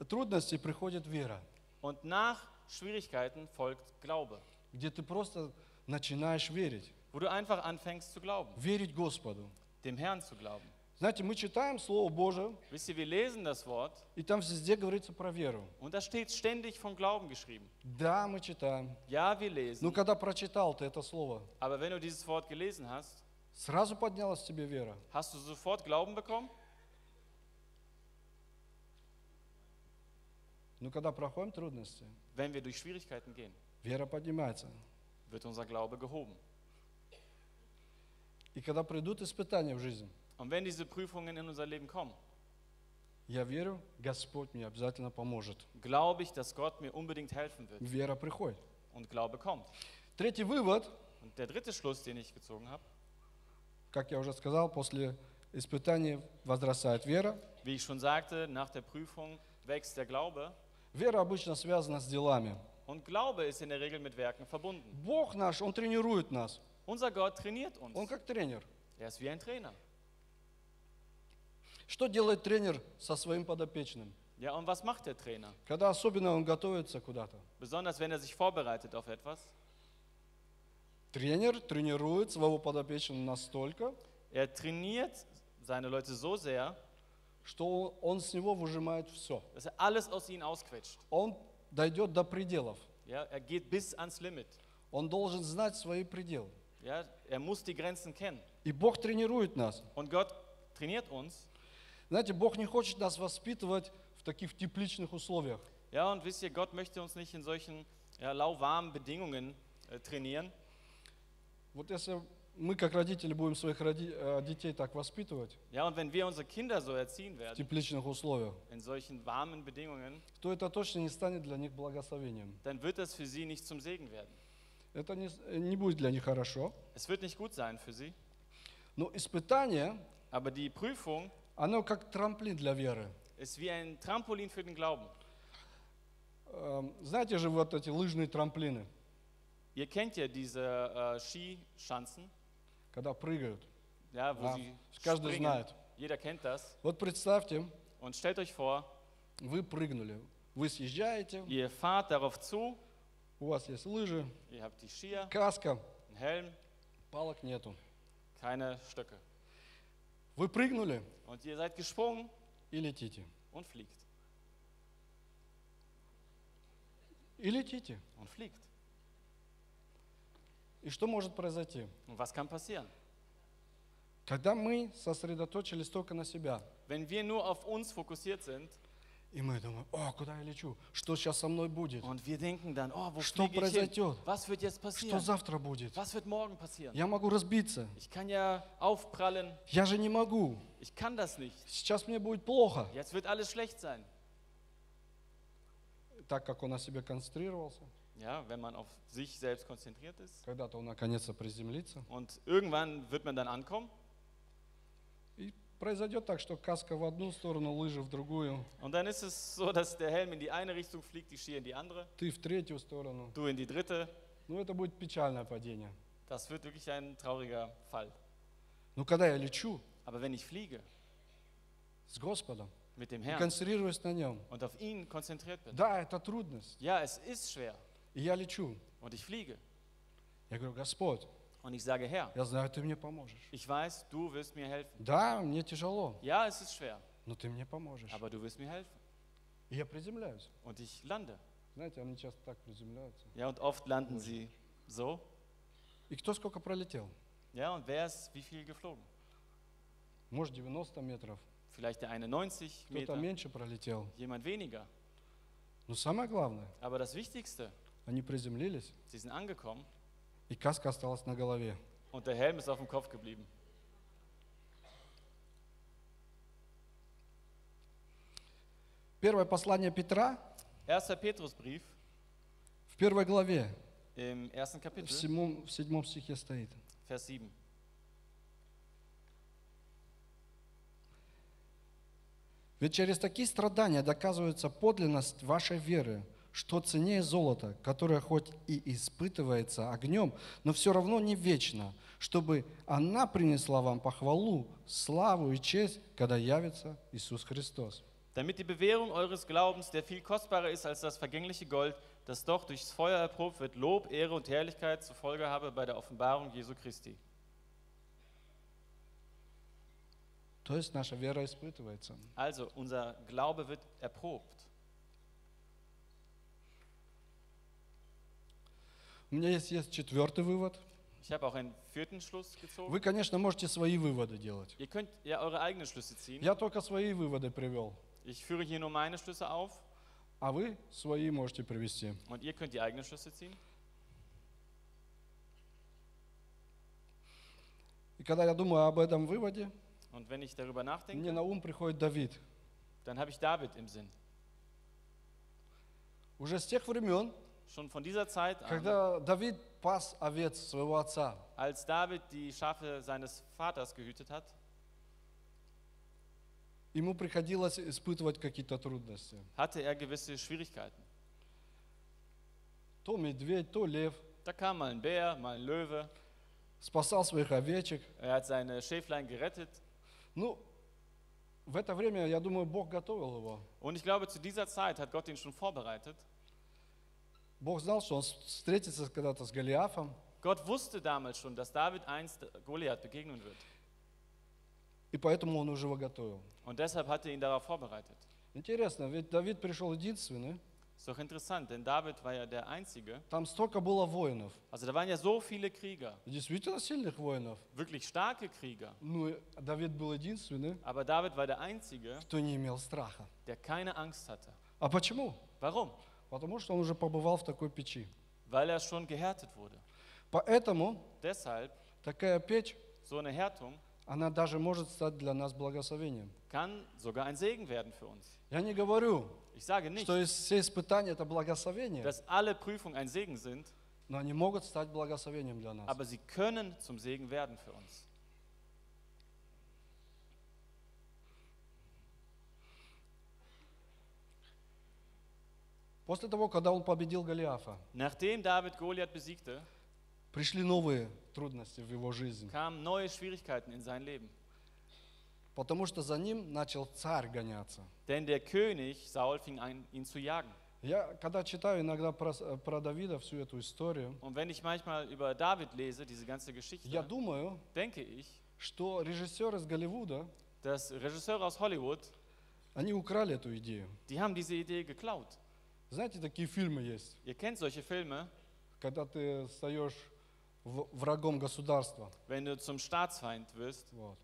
[SPEAKER 2] трудностей приходит вера,
[SPEAKER 1] Und nach Schwierigkeiten folgt Glaube,
[SPEAKER 2] где ты просто начинаешь верить.
[SPEAKER 1] wo du einfach anfängst zu glauben,
[SPEAKER 2] Верить Господу.
[SPEAKER 1] dem Herrn zu glauben.
[SPEAKER 2] Знаете, мы читаем Слово Божие,
[SPEAKER 1] Wisst ihr, wir lesen das Wort
[SPEAKER 2] и там везде говорится про веру.
[SPEAKER 1] und da steht ständig vom Glauben geschrieben.
[SPEAKER 2] Да, мы читаем.
[SPEAKER 1] Ja, wir
[SPEAKER 2] Но
[SPEAKER 1] lesen,
[SPEAKER 2] когда прочитал ты это слово,
[SPEAKER 1] aber wenn du dieses Wort gelesen hast,
[SPEAKER 2] сразу поднялась в тебе вера.
[SPEAKER 1] hast du sofort Glauben bekommen?
[SPEAKER 2] Но когда проходим трудности,
[SPEAKER 1] Wenn wir durch Schwierigkeiten gehen,
[SPEAKER 2] вера поднимается.
[SPEAKER 1] wird unser Glaube gehoben.
[SPEAKER 2] И когда придут испытания в жизни,
[SPEAKER 1] Und wenn diese Prüfungen in unser Leben kommen,
[SPEAKER 2] я верю, Господь мне обязательно поможет.
[SPEAKER 1] glaube ich, dass Gott mir unbedingt helfen wird.
[SPEAKER 2] Вера приходит.
[SPEAKER 1] Und Glaube kommt.
[SPEAKER 2] Третий вывод,
[SPEAKER 1] Und der dritte Schluss, den ich gezogen habe,
[SPEAKER 2] как я уже сказал, после испытаний возрастает вера.
[SPEAKER 1] wie ich schon sagte, nach der Prüfung wächst der Glaube.
[SPEAKER 2] Вера обычно связана с делами.
[SPEAKER 1] Und Glaube ist in der Regel mit Werken verbunden.
[SPEAKER 2] Бог наш, Он тренирует нас.
[SPEAKER 1] Unser Gott trainiert
[SPEAKER 2] Он
[SPEAKER 1] uns.
[SPEAKER 2] как тренер.
[SPEAKER 1] Er ist wie ein Trainer.
[SPEAKER 2] Что делает тренер со своим подопечным?
[SPEAKER 1] Ja, und was macht der Trainer?
[SPEAKER 2] Когда особенно он готовится куда-то.
[SPEAKER 1] Besonders wenn er sich vorbereitet auf etwas.
[SPEAKER 2] Тренер тренирует своего подопечного настолько,
[SPEAKER 1] Er trainiert seine Leute so sehr,
[SPEAKER 2] что он с него выжимает все.
[SPEAKER 1] dass er alles aus ihnen ausquetscht.
[SPEAKER 2] Он дойдет до пределов.
[SPEAKER 1] Ja, er geht bis ans Limit.
[SPEAKER 2] Он должен знать свои пределы.
[SPEAKER 1] Ja, er muss die Grenzen kennen.
[SPEAKER 2] И Бог тренирует нас.
[SPEAKER 1] Und Gott trainiert uns.
[SPEAKER 2] Знаете, Бог не хочет нас воспитывать в таких тепличных условиях.
[SPEAKER 1] Ja, und wisst ihr, Gott möchte uns nicht in solchen ja, lauwarmen Bedingungen äh, trainieren.
[SPEAKER 2] Вот если мы как родители будем своих роди- э, детей так воспитывать
[SPEAKER 1] Ja, und wenn wir unsere Kinder so erziehen
[SPEAKER 2] в
[SPEAKER 1] werden,
[SPEAKER 2] тепличных условиях,
[SPEAKER 1] in solchen warmen Bedingungen,
[SPEAKER 2] то это точно не станет для них благословением.
[SPEAKER 1] dann wird das für sie nicht zum Segen werden.
[SPEAKER 2] Это не, с- э, не будет для них хорошо.
[SPEAKER 1] Es wird nicht gut sein für sie.
[SPEAKER 2] Но испытание,
[SPEAKER 1] Aber die Prüfung
[SPEAKER 2] оно как трамплин для веры.
[SPEAKER 1] ist wie ein Trampolin für den Glauben.
[SPEAKER 2] Эм, Знаете же вот эти лыжные трамплины,
[SPEAKER 1] Ihr kennt ja diese äh, Skischanzen,
[SPEAKER 2] когда прыгают.
[SPEAKER 1] ja, wo
[SPEAKER 2] Ja,
[SPEAKER 1] sie
[SPEAKER 2] каждый
[SPEAKER 1] springen.
[SPEAKER 2] знает.
[SPEAKER 1] Jeder kennt das.
[SPEAKER 2] Вот представьте,
[SPEAKER 1] Und stellt euch vor,
[SPEAKER 2] вы прыгнули, вы съезжаете,
[SPEAKER 1] ihr fahrt darauf zu,
[SPEAKER 2] у вас есть лыжи,
[SPEAKER 1] ihr habt die Skier,
[SPEAKER 2] каска,
[SPEAKER 1] einen Helm,
[SPEAKER 2] палок нету.
[SPEAKER 1] keine Stöcke.
[SPEAKER 2] Вы прыгнули
[SPEAKER 1] Und ihr seid gesprungen
[SPEAKER 2] и летите.
[SPEAKER 1] und fliegt.
[SPEAKER 2] И летите.
[SPEAKER 1] Und fliegt.
[SPEAKER 2] И что может произойти?
[SPEAKER 1] Und was kann passieren?
[SPEAKER 2] Когда мы сосредоточились только на себя,
[SPEAKER 1] Wenn wir nur auf uns fokussiert sind
[SPEAKER 2] и мы думаем, о, куда я лечу, что сейчас со мной будет,
[SPEAKER 1] und wir denken dann, oh, wo
[SPEAKER 2] Что
[SPEAKER 1] fliege ich hin?
[SPEAKER 2] произойдет?
[SPEAKER 1] Was wird jetzt
[SPEAKER 2] что
[SPEAKER 1] passieren?
[SPEAKER 2] завтра будет,
[SPEAKER 1] Was wird morgen passieren?
[SPEAKER 2] я могу разбиться,
[SPEAKER 1] Ich kann ja aufprallen.
[SPEAKER 2] я же не могу,
[SPEAKER 1] Ich kann das nicht.
[SPEAKER 2] сейчас мне будет плохо,
[SPEAKER 1] Jetzt wird alles schlecht sein.
[SPEAKER 2] так как он на себе концентрировался,
[SPEAKER 1] Ja, wenn man auf sich selbst konzentriert ist.
[SPEAKER 2] когда-то он наконец-то приземлится,
[SPEAKER 1] Und irgendwann wird man dann ankommen
[SPEAKER 2] и произойдет так, что каска в одну сторону, лыжи в другую,
[SPEAKER 1] und dann ist es so, dass der Helm in die eine Richtung fliegt, die Skier in die andere,
[SPEAKER 2] ты в третью сторону,
[SPEAKER 1] du in die dritte.
[SPEAKER 2] ну это будет печальное падение.
[SPEAKER 1] Das wird wirklich ein trauriger Fall.
[SPEAKER 2] Но Ну, когда я лечу
[SPEAKER 1] Aber wenn ich fliege
[SPEAKER 2] с Господом,
[SPEAKER 1] mit dem
[SPEAKER 2] и
[SPEAKER 1] Herrn
[SPEAKER 2] концентрируюсь на Нем,
[SPEAKER 1] und auf ihn konzentriert bin,
[SPEAKER 2] да, это трудность,
[SPEAKER 1] ja, es ist schwer
[SPEAKER 2] и я лечу,
[SPEAKER 1] und ich fliege
[SPEAKER 2] я говорю, Господь,
[SPEAKER 1] und ich sage, Herr,
[SPEAKER 2] я знаю, Ты мне поможешь.
[SPEAKER 1] ich weiß, du wirst mir helfen.
[SPEAKER 2] Да, мне тяжело,
[SPEAKER 1] Ja, es ist schwer,
[SPEAKER 2] но Ты мне поможешь.
[SPEAKER 1] aber du wirst mir helfen.
[SPEAKER 2] И я приземляюсь.
[SPEAKER 1] Und ich lande.
[SPEAKER 2] Знаете, они часто так приземляются.
[SPEAKER 1] Ja, und oft landen sie so.
[SPEAKER 2] И кто сколько пролетел?
[SPEAKER 1] Ja, und wer ist wie viel geflogen?
[SPEAKER 2] Может, 90 метров,
[SPEAKER 1] Vielleicht der eine 90
[SPEAKER 2] кто-то
[SPEAKER 1] Meter,
[SPEAKER 2] меньше пролетел.
[SPEAKER 1] jemand weniger.
[SPEAKER 2] Но самое главное,
[SPEAKER 1] Aber das Wichtigste,
[SPEAKER 2] они приземлились,
[SPEAKER 1] sie sind angekommen
[SPEAKER 2] и каска осталась на голове.
[SPEAKER 1] und der Helm ist auf dem Kopf geblieben.
[SPEAKER 2] Первое послание Петра
[SPEAKER 1] 1. Petrusbrief
[SPEAKER 2] в первой главе,
[SPEAKER 1] im ersten
[SPEAKER 2] в
[SPEAKER 1] Kapitel,
[SPEAKER 2] седьмом, в седьмом стихе стоит.
[SPEAKER 1] Vers 7.
[SPEAKER 2] Ведь через такие страдания доказывается подлинность вашей веры, что ценнее золота, которое хоть и испытывается огнем, но все равно не вечно, чтобы она принесла вам похвалу, славу и честь, когда явится Иисус Христос.
[SPEAKER 1] Damit die Bewährung eures Glaubens, der viel kostbarer ist als das vergängliche Gold, das doch durchs Feuer erprobt wird, Lob, Ehre und Herrlichkeit zur Folge habe bei der Offenbarung Jesu Christi.
[SPEAKER 2] То есть наша вера испытывается.
[SPEAKER 1] Also unser Glaube wird erprobt.
[SPEAKER 2] У меня есть, есть четвертый вывод.
[SPEAKER 1] Ich habe auch einen vierten Schluss gezogen.
[SPEAKER 2] Вы, конечно, можете свои выводы делать.
[SPEAKER 1] Ihr könnt ja eure eigenen Schlüsse ziehen.
[SPEAKER 2] Я только свои выводы привел,
[SPEAKER 1] Ich führe hier nur meine Schlüsse auf
[SPEAKER 2] а вы свои можете привести.
[SPEAKER 1] und ihr könnt die eigenen Schlüsse ziehen.
[SPEAKER 2] И когда я думаю об этом выводе,
[SPEAKER 1] Und wenn ich darüber nachdenke,
[SPEAKER 2] мне на ум приходит Давид.
[SPEAKER 1] dann habe ich David im Sinn.
[SPEAKER 2] Уже с тех времен,
[SPEAKER 1] Schon von dieser Zeit an,
[SPEAKER 2] когда Давид пас овец своего отца,
[SPEAKER 1] als David die Schafe seines Vaters gehütet hat,
[SPEAKER 2] ему приходилось испытывать какие-то трудности.
[SPEAKER 1] hatte er gewisse Schwierigkeiten.
[SPEAKER 2] То медведь, то лев.
[SPEAKER 1] Da kam mal ein Bär, mal ein Löwe.
[SPEAKER 2] Спасал своих овечек.
[SPEAKER 1] Er hat seine Schäflein gerettet.
[SPEAKER 2] Ну, в это время, я думаю, Бог готовил его.
[SPEAKER 1] Und ich glaube, zu dieser Zeit hat Gott ihn schon vorbereitet.
[SPEAKER 2] Бог знал, что он с- встретится когда-то с Голиафом.
[SPEAKER 1] Gott wusste damals schon, dass David einst Goliath begegnen wird.
[SPEAKER 2] И поэтому он уже его готовил.
[SPEAKER 1] Und deshalb hat er ihn darauf vorbereitet.
[SPEAKER 2] Интересно, ведь Давид пришел единственный.
[SPEAKER 1] Ist doch interessant, denn David war ja der Einzige.
[SPEAKER 2] Там столько было воинов.
[SPEAKER 1] Also da waren ja so viele Krieger,
[SPEAKER 2] Действительно сильных воинов.
[SPEAKER 1] wirklich starke Krieger.
[SPEAKER 2] Ну, и Давид был единственный,
[SPEAKER 1] Aber David war der Einzige,
[SPEAKER 2] кто не имел страха.
[SPEAKER 1] der keine Angst hatte.
[SPEAKER 2] А почему?
[SPEAKER 1] Warum?
[SPEAKER 2] Потому что он уже побывал в такой печи.
[SPEAKER 1] Weil er schon gehärtet wurde.
[SPEAKER 2] Поэтому
[SPEAKER 1] Deshalb,
[SPEAKER 2] такая печь,
[SPEAKER 1] so eine Härtung
[SPEAKER 2] она даже может стать для нас благословением.
[SPEAKER 1] kann sogar ein Segen werden für uns.
[SPEAKER 2] Я не говорю,
[SPEAKER 1] Ich sage nicht,
[SPEAKER 2] что из- все испытания это благословение,
[SPEAKER 1] dass alle Prüfungen ein Segen sind,
[SPEAKER 2] но они могут стать благословением для нас.
[SPEAKER 1] aber sie können zum Segen werden für uns.
[SPEAKER 2] После того, когда он победил Голиафа,
[SPEAKER 1] Nachdem David Goliath besiegte,
[SPEAKER 2] пришли новые трудности в его жизнь,
[SPEAKER 1] kamen neue Schwierigkeiten in sein Leben.
[SPEAKER 2] потому что за ним начал царь гоняться.
[SPEAKER 1] Denn der König Saul fing an, ihn zu jagen.
[SPEAKER 2] Я, когда читаю иногда про, с- э, про Давида всю эту историю,
[SPEAKER 1] Und wenn ich manchmal über David lese, diese ganze Geschichte,
[SPEAKER 2] я думаю,
[SPEAKER 1] denke ich,
[SPEAKER 2] что режиссер из Голливуда,
[SPEAKER 1] dass Regisseure aus Hollywood,
[SPEAKER 2] они украли эту идею.
[SPEAKER 1] die haben diese Idee geklaut.
[SPEAKER 2] Знаете, такие фильмы есть,
[SPEAKER 1] Ihr kennt solche Filme,
[SPEAKER 2] когда ты стаешь в- врагом государства.
[SPEAKER 1] wenn du zum Staatsfeind wirst
[SPEAKER 2] Вот.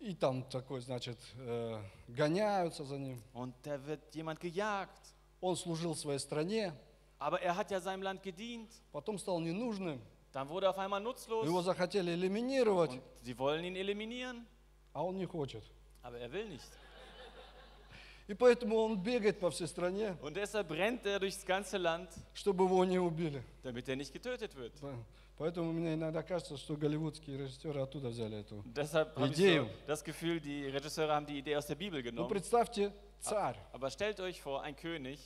[SPEAKER 2] И там такой, значит, э, гоняются за ним.
[SPEAKER 1] und da wird jemand gejagt.
[SPEAKER 2] Он служил своей стране,
[SPEAKER 1] Aber er hat ja seinem Land gedient.
[SPEAKER 2] потом стал ненужным.
[SPEAKER 1] Dann wurde er auf einmal
[SPEAKER 2] Его
[SPEAKER 1] nutzlos.
[SPEAKER 2] захотели элиминировать,
[SPEAKER 1] Und sie wollen ihn eliminieren,
[SPEAKER 2] а он не хочет.
[SPEAKER 1] aber er will nicht.
[SPEAKER 2] И поэтому он бегает по всей стране,
[SPEAKER 1] Und deshalb rennt er durchs ganze Land,
[SPEAKER 2] чтобы его не убили.
[SPEAKER 1] damit er nicht getötet wird.
[SPEAKER 2] П- Поэтому мне иногда кажется, что голливудские режиссеры оттуда взяли эту. Ну,
[SPEAKER 1] Und deshalb habe ich
[SPEAKER 2] Idee.
[SPEAKER 1] so das Gefühl, die Regisseure haben die Idee aus der Bibel
[SPEAKER 2] Ну
[SPEAKER 1] genommen.
[SPEAKER 2] представьте, царь,
[SPEAKER 1] Aber stellt euch vor, ein König,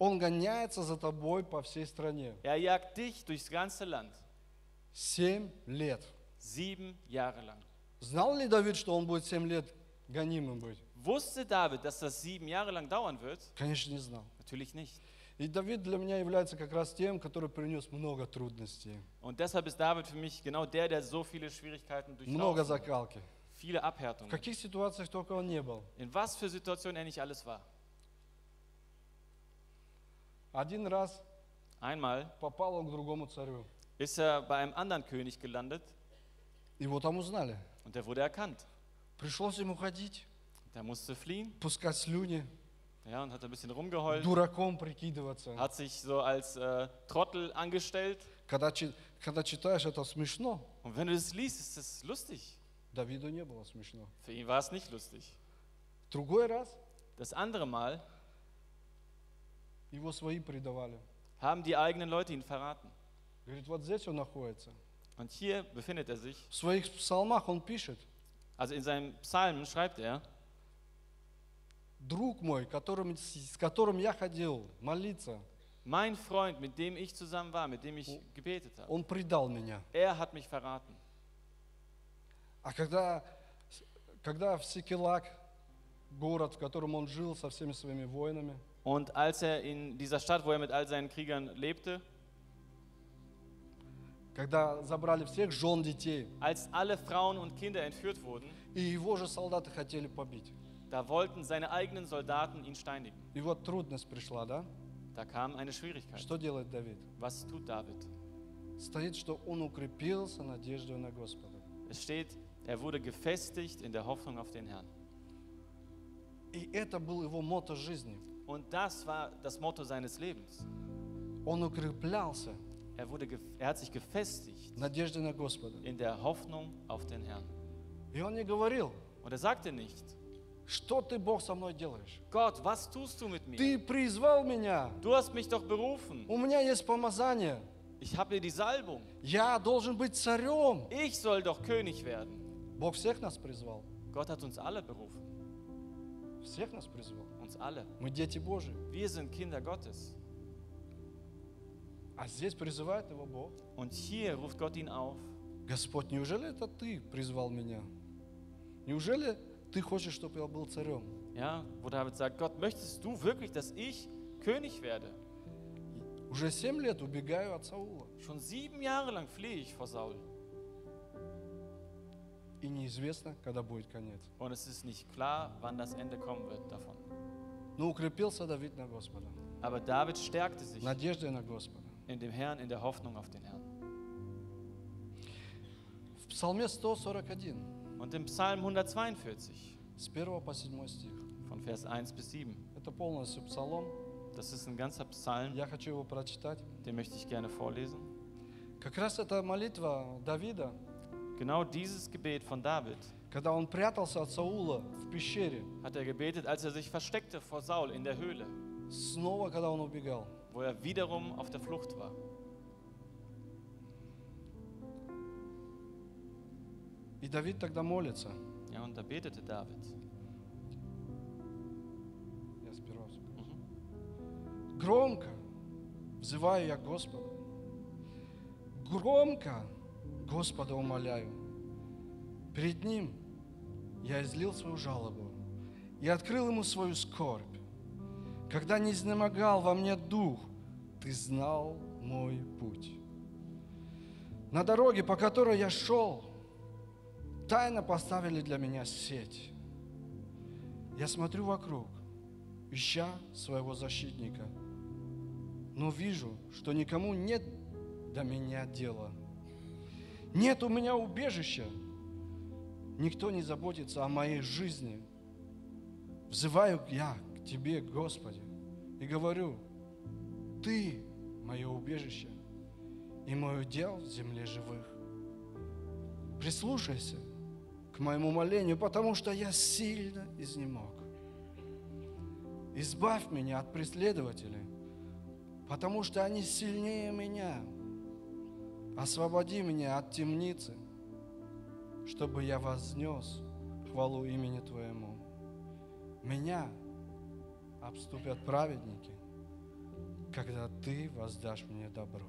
[SPEAKER 2] он гоняется за тобой по всей стране.
[SPEAKER 1] er jagt dich durchs ganze Land.
[SPEAKER 2] Семь лет.
[SPEAKER 1] Sieben Jahre lang.
[SPEAKER 2] Знал ли Давид, что он будет семь лет гонимым быть?
[SPEAKER 1] Wusste David, dass das sieben Jahre lang dauern wird?
[SPEAKER 2] Конечно, не знал.
[SPEAKER 1] Natürlich nicht.
[SPEAKER 2] И Давид для меня является как раз тем, который принес много трудностей,
[SPEAKER 1] Und deshalb ist David für mich genau der, der so viele Schwierigkeiten
[SPEAKER 2] много
[SPEAKER 1] durchlaufen, hat.
[SPEAKER 2] закалки.
[SPEAKER 1] viele
[SPEAKER 2] В
[SPEAKER 1] Abhärtungen.
[SPEAKER 2] каких ситуациях только он не был.
[SPEAKER 1] In was für Situationen er nicht alles war.
[SPEAKER 2] Один раз
[SPEAKER 1] Einmal
[SPEAKER 2] попал он к другому царю.
[SPEAKER 1] ist er bei einem anderen König gelandet
[SPEAKER 2] Его там узнали.
[SPEAKER 1] und der wurde erkannt.
[SPEAKER 2] Пришлось ему ходить,
[SPEAKER 1] Der musste fliehen
[SPEAKER 2] пускать слюни,
[SPEAKER 1] ja, und hat ein bisschen rumgeheult,
[SPEAKER 2] дураком прикидываться.
[SPEAKER 1] hat sich so als äh, Trottel angestellt.
[SPEAKER 2] Когда, чи- когда читаешь, это смешно.
[SPEAKER 1] Und wenn du das liest, ist das lustig.
[SPEAKER 2] Давиду не было смешно.
[SPEAKER 1] Für ihn war es nicht lustig.
[SPEAKER 2] Другой раз
[SPEAKER 1] Das andere Mal
[SPEAKER 2] его свои предавали.
[SPEAKER 1] haben die eigenen Leute ihn verraten.
[SPEAKER 2] Говорит, вот здесь он находится.
[SPEAKER 1] Und hier befindet er sich.
[SPEAKER 2] В своих псалмах он пишет,
[SPEAKER 1] Also in seinem Psalmen schreibt er,
[SPEAKER 2] друг мой, которым, с которым я ходил молиться,
[SPEAKER 1] mein Freund, mit dem ich zusammen war, mit dem ich gebetet habe,
[SPEAKER 2] он предал меня.
[SPEAKER 1] er hat mich verraten.
[SPEAKER 2] А когда, когда в Сикелак, город, в котором он жил со всеми своими воинами,
[SPEAKER 1] Und als er in dieser Stadt, wo er mit all seinen Kriegern lebte,
[SPEAKER 2] когда забрали всех жен детей,
[SPEAKER 1] Als alle Frauen und Kinder entführt wurden,
[SPEAKER 2] и его же солдаты хотели побить.
[SPEAKER 1] da wollten seine eigenen Soldaten ihn steinigen.
[SPEAKER 2] И вот трудность пришла, да?
[SPEAKER 1] Da kam eine Schwierigkeit.
[SPEAKER 2] Что делает Давид?
[SPEAKER 1] Was tut David?
[SPEAKER 2] Стоит, что он укрепился надеждой на Господа.
[SPEAKER 1] Es steht, er wurde gefestigt in der Hoffnung auf den Herrn.
[SPEAKER 2] И это был его мото жизни.
[SPEAKER 1] Und das war das Motto seines Lebens.
[SPEAKER 2] Он укреплялся
[SPEAKER 1] Er, wurde ge- er hat sich gefestigt
[SPEAKER 2] надеждой на Господа.
[SPEAKER 1] in der Hoffnung auf den Herrn.
[SPEAKER 2] И он не говорил,
[SPEAKER 1] Und er sagte nicht,
[SPEAKER 2] что ты, Бог, со мной делаешь?
[SPEAKER 1] Gott, was tust du mit mir?
[SPEAKER 2] Ты призвал меня.
[SPEAKER 1] Du hast mich doch berufen.
[SPEAKER 2] У меня есть помазание.
[SPEAKER 1] Ich habe dir die Salbung.
[SPEAKER 2] Я должен быть царем.
[SPEAKER 1] Ich soll doch König werden.
[SPEAKER 2] Бог всех нас призвал.
[SPEAKER 1] Gott hat uns alle berufen.
[SPEAKER 2] Всех нас призвал.
[SPEAKER 1] Uns alle.
[SPEAKER 2] Мы дети Божьи.
[SPEAKER 1] Wir sind Kinder Gottes.
[SPEAKER 2] А здесь призывает его Бог.
[SPEAKER 1] Und hier ruft Gott ihn auf.
[SPEAKER 2] Господь, неужели это ты призвал меня? Неужели ты хочешь, чтобы я был царем?
[SPEAKER 1] Ja, wo David sagt, Gott, möchtest du wirklich, dass ich König werde?
[SPEAKER 2] Уже семь лет убегаю от Саула.
[SPEAKER 1] Schon sieben Jahre lang fliehe ich vor Saul.
[SPEAKER 2] И неизвестно, когда будет конец.
[SPEAKER 1] Und es ist nicht klar, wann das Ende kommen wird davon.
[SPEAKER 2] Но укрепился Давид на Господа.
[SPEAKER 1] Aber David stärkte sich
[SPEAKER 2] Надеждой на Господа.
[SPEAKER 1] in dem Herrn, in der Hoffnung auf den Herrn.
[SPEAKER 2] В Псалме 141,
[SPEAKER 1] Und im Psalm 142,
[SPEAKER 2] с 1 по 7 стих.
[SPEAKER 1] von Vers 1 bis 7,
[SPEAKER 2] Это полностью псалом.
[SPEAKER 1] das ist ein ganzer Psalm,
[SPEAKER 2] Я хочу его прочитать.
[SPEAKER 1] den möchte ich gerne vorlesen.
[SPEAKER 2] Как раз это молитва Давида,
[SPEAKER 1] Genau dieses Gebet von David
[SPEAKER 2] когда он прятался от Саула в пещере.
[SPEAKER 1] hat er gebetet, als er sich versteckte vor Saul in der Höhle,
[SPEAKER 2] Снова, когда он убегал.
[SPEAKER 1] wo er wiederum auf der Flucht war.
[SPEAKER 2] И Давид тогда молится.
[SPEAKER 1] Ja, und da betete David.
[SPEAKER 2] Я сперва всё. Громко взываю я Господу. Громко Господа умоляю. Перед Ним я излил свою жалобу и открыл Ему свою скорбь. Когда не изнемогал во мне дух, Ты знал мой путь. На дороге, по которой я шел, тайно поставили для меня сеть. Я смотрю вокруг, ища своего защитника. Но вижу, что никому нет до меня дела. Нет у меня убежища. Никто не заботится о моей жизни. Взываю я к Тебе, Господи, и говорю, Ты мое убежище и мое дело в земле живых. Прислушайся к моему молению, потому что я сильно изнемог. Избавь меня от преследователей, потому что они сильнее меня. Освободи меня от темницы, чтобы я вознес хвалу имени Твоему. Меня обступят праведники, когда Ты воздашь мне добро.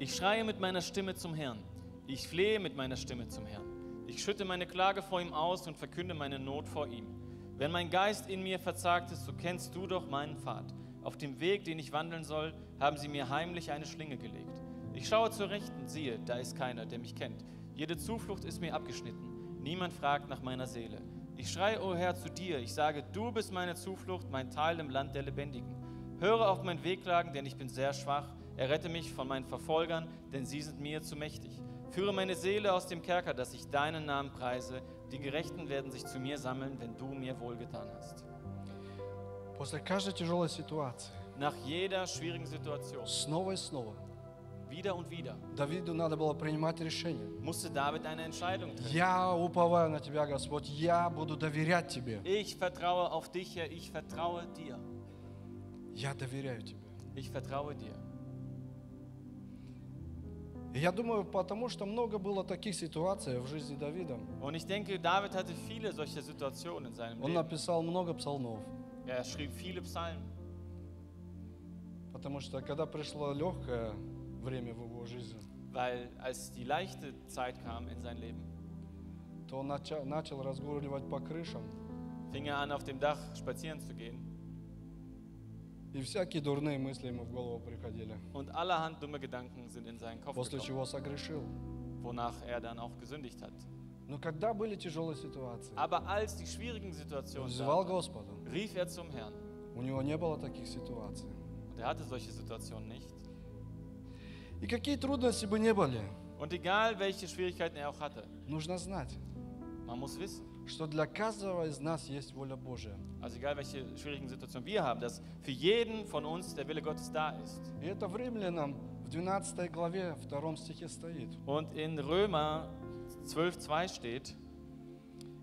[SPEAKER 1] Ich schreie mit meiner Stimme zum Herrn. Ich flehe mit meiner Stimme zum Herrn. Ich schütte meine Klage vor ihm aus und verkünde meine Not vor ihm. Wenn mein Geist in mir verzagt ist, so kennst du doch meinen Pfad. Auf dem Weg, den ich wandeln soll, haben sie mir heimlich eine Schlinge gelegt. Ich schaue zur Rechten, siehe, da ist keiner, der mich kennt. Jede Zuflucht ist mir abgeschnitten. Niemand fragt nach meiner Seele. Ich schreie, o Herr, zu dir. Ich sage, du bist meine Zuflucht, mein Teil im Land der Lebendigen. Höre auf mein Wehklagen, denn ich bin sehr schwach. Errette mich von meinen Verfolgern, denn sie sind mir zu mächtig. Führe meine Seele aus dem Kerker, dass ich deinen Namen preise. Die Gerechten werden sich zu mir sammeln, wenn du mir wohlgetan hast.
[SPEAKER 2] После каждой тяжелой ситуации,
[SPEAKER 1] Nach jeder schwierigen Situation,
[SPEAKER 2] снова и снова,
[SPEAKER 1] wieder und wieder,
[SPEAKER 2] Давиду надо было принимать решение.
[SPEAKER 1] musste David eine Entscheidung treffen.
[SPEAKER 2] Я уповаю на Тебя, Господь, я буду доверять Тебе.
[SPEAKER 1] Ich vertraue auf dich, Herr, ich vertraue dir.
[SPEAKER 2] Я доверяю Тебе.
[SPEAKER 1] Ich vertraue dir.
[SPEAKER 2] И Я думаю, потому что много было таких ситуаций в жизни Давида.
[SPEAKER 1] Und ich denke, David hatte viele solche Situationen in seinem
[SPEAKER 2] Он
[SPEAKER 1] Leben.
[SPEAKER 2] написал много псалмов,
[SPEAKER 1] Er schrieb viele Psalmen,
[SPEAKER 2] потому что когда пришло легкое время в его жизни,
[SPEAKER 1] weil als die leichte Zeit kam in sein Leben,
[SPEAKER 2] то он нача- начал разгуливать по крышам
[SPEAKER 1] fing er an, auf dem Dach spazieren zu gehen
[SPEAKER 2] И всякие дурные мысли ему в голову приходили.
[SPEAKER 1] Und allerhand dumme Gedanken sind in seinen Kopf
[SPEAKER 2] После
[SPEAKER 1] gekommen,
[SPEAKER 2] чего согрешил.
[SPEAKER 1] wonach er dann auch gesündigt hat.
[SPEAKER 2] Но когда были тяжелые ситуации,
[SPEAKER 1] Aber als die schwierigen
[SPEAKER 2] он
[SPEAKER 1] Situationen
[SPEAKER 2] взывал
[SPEAKER 1] kamen,
[SPEAKER 2] Господу.
[SPEAKER 1] rief er zum Herrn.
[SPEAKER 2] У него не было таких ситуаций.
[SPEAKER 1] Und er hatte solche Situationen nicht.
[SPEAKER 2] И какие трудности бы не были,
[SPEAKER 1] Und egal, welche Schwierigkeiten er auch hatte,
[SPEAKER 2] нужно знать,
[SPEAKER 1] man muss wissen,
[SPEAKER 2] что для каждого из нас есть воля Божия.
[SPEAKER 1] also egal, welche schwierigen Situationen wir haben, dass für jeden von uns der Wille Gottes da ist.
[SPEAKER 2] И это в Римлянам в 12 главе 2 стихе стоит.
[SPEAKER 1] Und in Römer 12,2 steht,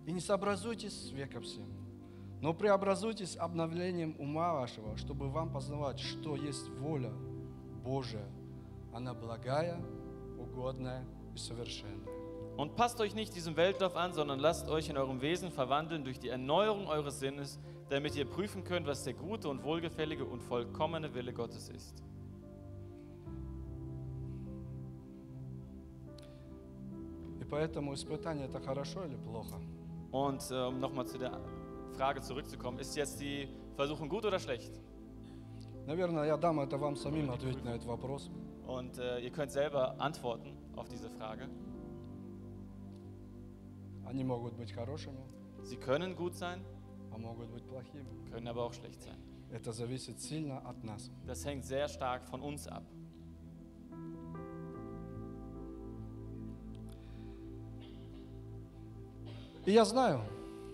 [SPEAKER 2] «И не сообразуйтесь с веком всем, но преобразуйтесь обновлением ума вашего, чтобы вам познавать, что есть воля Божия. Она благая, угодная и совершенная».
[SPEAKER 1] Und passt euch nicht diesem Weltlauf an, sondern lasst euch in eurem Wesen verwandeln durch die Erneuerung eures Sinnes, damit ihr prüfen könnt, was der gute und wohlgefällige und vollkommene Wille Gottes ist.
[SPEAKER 2] И поэтому испытание – это хорошо или плохо?
[SPEAKER 1] Und äh, um nochmal zu der Frage zurückzukommen, ist jetzt die Versuchung gut oder schlecht?
[SPEAKER 2] Наверное, я дам это вам самим ответить на этот вопрос.
[SPEAKER 1] Und äh, ihr könnt selber antworten auf diese Frage.
[SPEAKER 2] Они могут быть хорошими,
[SPEAKER 1] Sie können gut sein,
[SPEAKER 2] а могут быть плохими.
[SPEAKER 1] können aber auch schlecht sein.
[SPEAKER 2] Это зависит сильно от нас.
[SPEAKER 1] Das hängt sehr stark von uns ab.
[SPEAKER 2] И я знаю,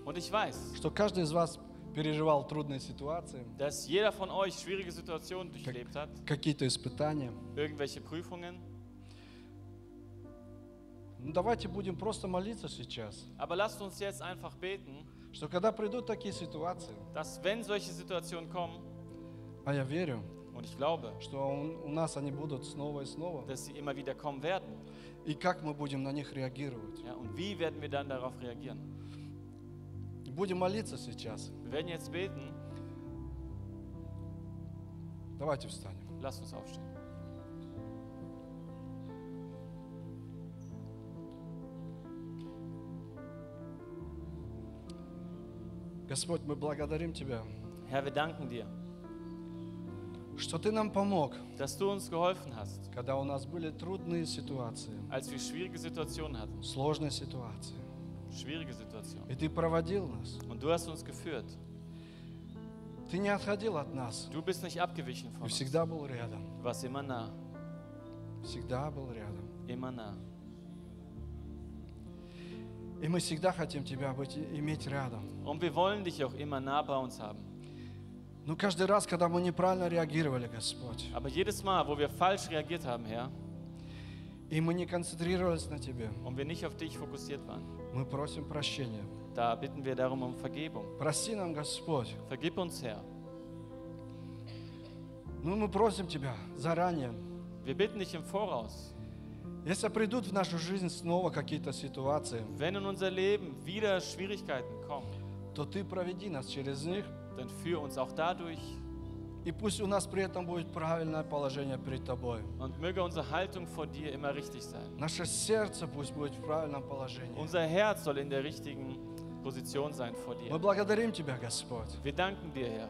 [SPEAKER 1] Und ich weiß,
[SPEAKER 2] что каждый из вас переживал трудные ситуации,
[SPEAKER 1] dass jeder von euch schwierige Situationen durchlebt hat,
[SPEAKER 2] какие-то испытания.
[SPEAKER 1] irgendwelche Prüfungen.
[SPEAKER 2] Ну, давайте будем просто молиться сейчас,
[SPEAKER 1] Aber lasst uns jetzt einfach beten.
[SPEAKER 2] что когда придут такие ситуации,
[SPEAKER 1] dass wenn solche Situationen kommen,
[SPEAKER 2] а я верю,
[SPEAKER 1] und ich glaube,
[SPEAKER 2] что у у нас они будут снова и снова,
[SPEAKER 1] dass sie immer wieder kommen werden,
[SPEAKER 2] и как мы будем на них реагировать.
[SPEAKER 1] ja, und wie werden wir dann darauf reagieren?
[SPEAKER 2] Будем молиться сейчас.
[SPEAKER 1] Wir werden jetzt beten,
[SPEAKER 2] Давайте встанем.
[SPEAKER 1] lasst uns aufstehen.
[SPEAKER 2] Господь, мы благодарим Тебя,
[SPEAKER 1] Herr, wir danken dir,
[SPEAKER 2] что Ты нам помог,
[SPEAKER 1] dass du uns geholfen hast,
[SPEAKER 2] когда у нас были трудные ситуации,
[SPEAKER 1] als wir schwierige Situationen hatten.
[SPEAKER 2] сложные ситуации.
[SPEAKER 1] Schwierige Situationen.
[SPEAKER 2] И Ты проводил нас.
[SPEAKER 1] Und du hast uns geführt.
[SPEAKER 2] Ты не отходил от нас.
[SPEAKER 1] Du bist nicht abgewichen von
[SPEAKER 2] И
[SPEAKER 1] uns.
[SPEAKER 2] всегда был рядом.
[SPEAKER 1] Du warst immer nah,
[SPEAKER 2] Всегда был рядом.
[SPEAKER 1] immer nah.
[SPEAKER 2] И мы всегда хотим Тебя быть, и- иметь рядом.
[SPEAKER 1] Und wir wollen dich auch immer nah bei uns haben.
[SPEAKER 2] Но каждый раз, когда мы неправильно реагировали, Господь,
[SPEAKER 1] Aber jedes Mal, wo wir falsch reagiert haben, Herr,
[SPEAKER 2] и мы не концентрировались на Тебе,
[SPEAKER 1] und wir nicht auf dich fokussiert waren,
[SPEAKER 2] мы просим прощения.
[SPEAKER 1] da bitten wir darum um Vergebung.
[SPEAKER 2] Прости нам, Господь.
[SPEAKER 1] Vergib uns, Herr.
[SPEAKER 2] Ну, мы просим Тебя заранее.
[SPEAKER 1] Wir bitten dich im Voraus,
[SPEAKER 2] Если придут в нашу жизнь снова какие-то ситуации,
[SPEAKER 1] wenn in unser Leben wieder Schwierigkeiten kommen,
[SPEAKER 2] то Ты проведи нас через них,
[SPEAKER 1] dann führ uns auch dadurch
[SPEAKER 2] и пусть у нас при этом будет правильное положение перед Тобой.
[SPEAKER 1] und möge unsere Haltung vor dir immer richtig sein.
[SPEAKER 2] Наше сердце пусть будет в правильном положении.
[SPEAKER 1] Unser Herz soll in der richtigen Position sein vor
[SPEAKER 2] Мы
[SPEAKER 1] dir.
[SPEAKER 2] благодарим Тебя, Господь.
[SPEAKER 1] Wir danken dir, Herr.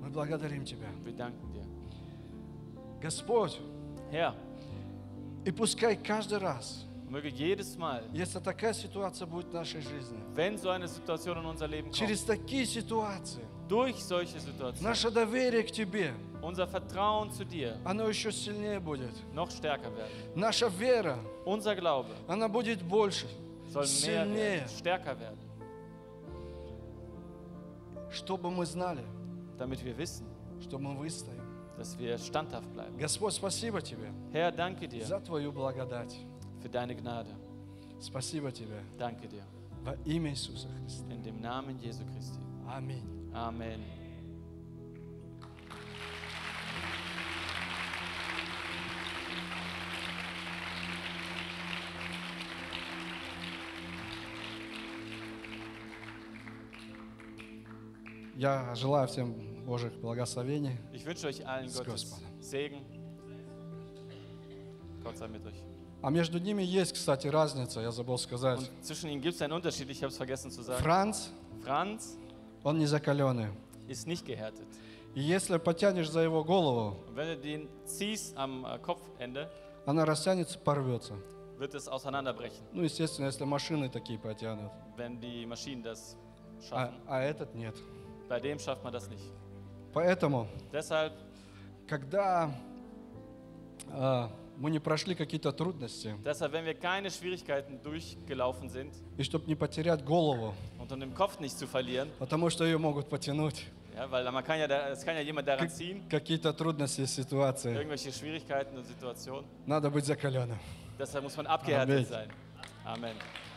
[SPEAKER 2] Мы благодарим Тебя.
[SPEAKER 1] Wir danken dir.
[SPEAKER 2] Господь,
[SPEAKER 1] Herr,
[SPEAKER 2] и пускай каждый раз,
[SPEAKER 1] möge jedes Mal,
[SPEAKER 2] если такая ситуация будет в нашей жизни,
[SPEAKER 1] wenn so eine Situation in unser Leben kommt,
[SPEAKER 2] через такие ситуации
[SPEAKER 1] durch solche Situationen,
[SPEAKER 2] наше доверие к Тебе,
[SPEAKER 1] unser Vertrauen zu dir
[SPEAKER 2] оно еще сильнее будет.
[SPEAKER 1] noch stärker werden.
[SPEAKER 2] Наша вера,
[SPEAKER 1] Unser Glaube
[SPEAKER 2] она будет больше,
[SPEAKER 1] soll mehr
[SPEAKER 2] сильнее,
[SPEAKER 1] werden, stärker werden,
[SPEAKER 2] чтобы мы знали,
[SPEAKER 1] damit wir wissen,
[SPEAKER 2] что мы выстоим.
[SPEAKER 1] dass wir standhaft bleiben.
[SPEAKER 2] Господь, спасибо Тебе
[SPEAKER 1] Herr, danke dir.
[SPEAKER 2] за Твою благодать.
[SPEAKER 1] für deine Gnade.
[SPEAKER 2] Спасибо Тебе
[SPEAKER 1] Danke dir.
[SPEAKER 2] во имя Иисуса Христа.
[SPEAKER 1] In dem Namen Jesu Christi.
[SPEAKER 2] Аминь.
[SPEAKER 1] Amen.
[SPEAKER 2] Я желаю всем Божьих благословений.
[SPEAKER 1] Ich wünsche euch allen
[SPEAKER 2] Ist
[SPEAKER 1] Gottes
[SPEAKER 2] Gospel.
[SPEAKER 1] Segen. Gott sei mit euch.
[SPEAKER 2] А между ними есть, кстати, разница, я забыл сказать.
[SPEAKER 1] Und zwischen ihnen gibt es einen Unterschied, ich habe es vergessen zu sagen.
[SPEAKER 2] Франц,
[SPEAKER 1] Franz
[SPEAKER 2] он не закаленный.
[SPEAKER 1] ist nicht gehärtet.
[SPEAKER 2] И если потянешь за его голову,
[SPEAKER 1] Und wenn du den ziehst am äh, Kopfende,
[SPEAKER 2] она растянется, порвется.
[SPEAKER 1] wird es auseinanderbrechen,
[SPEAKER 2] Ну, естественно, если машины такие потянут.
[SPEAKER 1] wenn die Maschinen das
[SPEAKER 2] А,
[SPEAKER 1] schaffen.
[SPEAKER 2] а этот нет.
[SPEAKER 1] Bei dem schafft man das nicht.
[SPEAKER 2] Поэтому,
[SPEAKER 1] Deshalb,
[SPEAKER 2] когда а, мы не прошли какие-то трудности,
[SPEAKER 1] deshalb, wenn wir keine Schwierigkeiten durchgelaufen sind
[SPEAKER 2] и чтобы не потерять голову,
[SPEAKER 1] und um den Kopf nicht zu verlieren,
[SPEAKER 2] потому что ее могут потянуть,
[SPEAKER 1] ja, weil man kann ja, da- es kann ja jemand daran ziehen,
[SPEAKER 2] какие-то трудности и ситуации,
[SPEAKER 1] irgendwelche Schwierigkeiten und Situationen.
[SPEAKER 2] надо быть закаленным.
[SPEAKER 1] Deshalb muss man abgehärtet
[SPEAKER 2] Amen.
[SPEAKER 1] sein. Amen.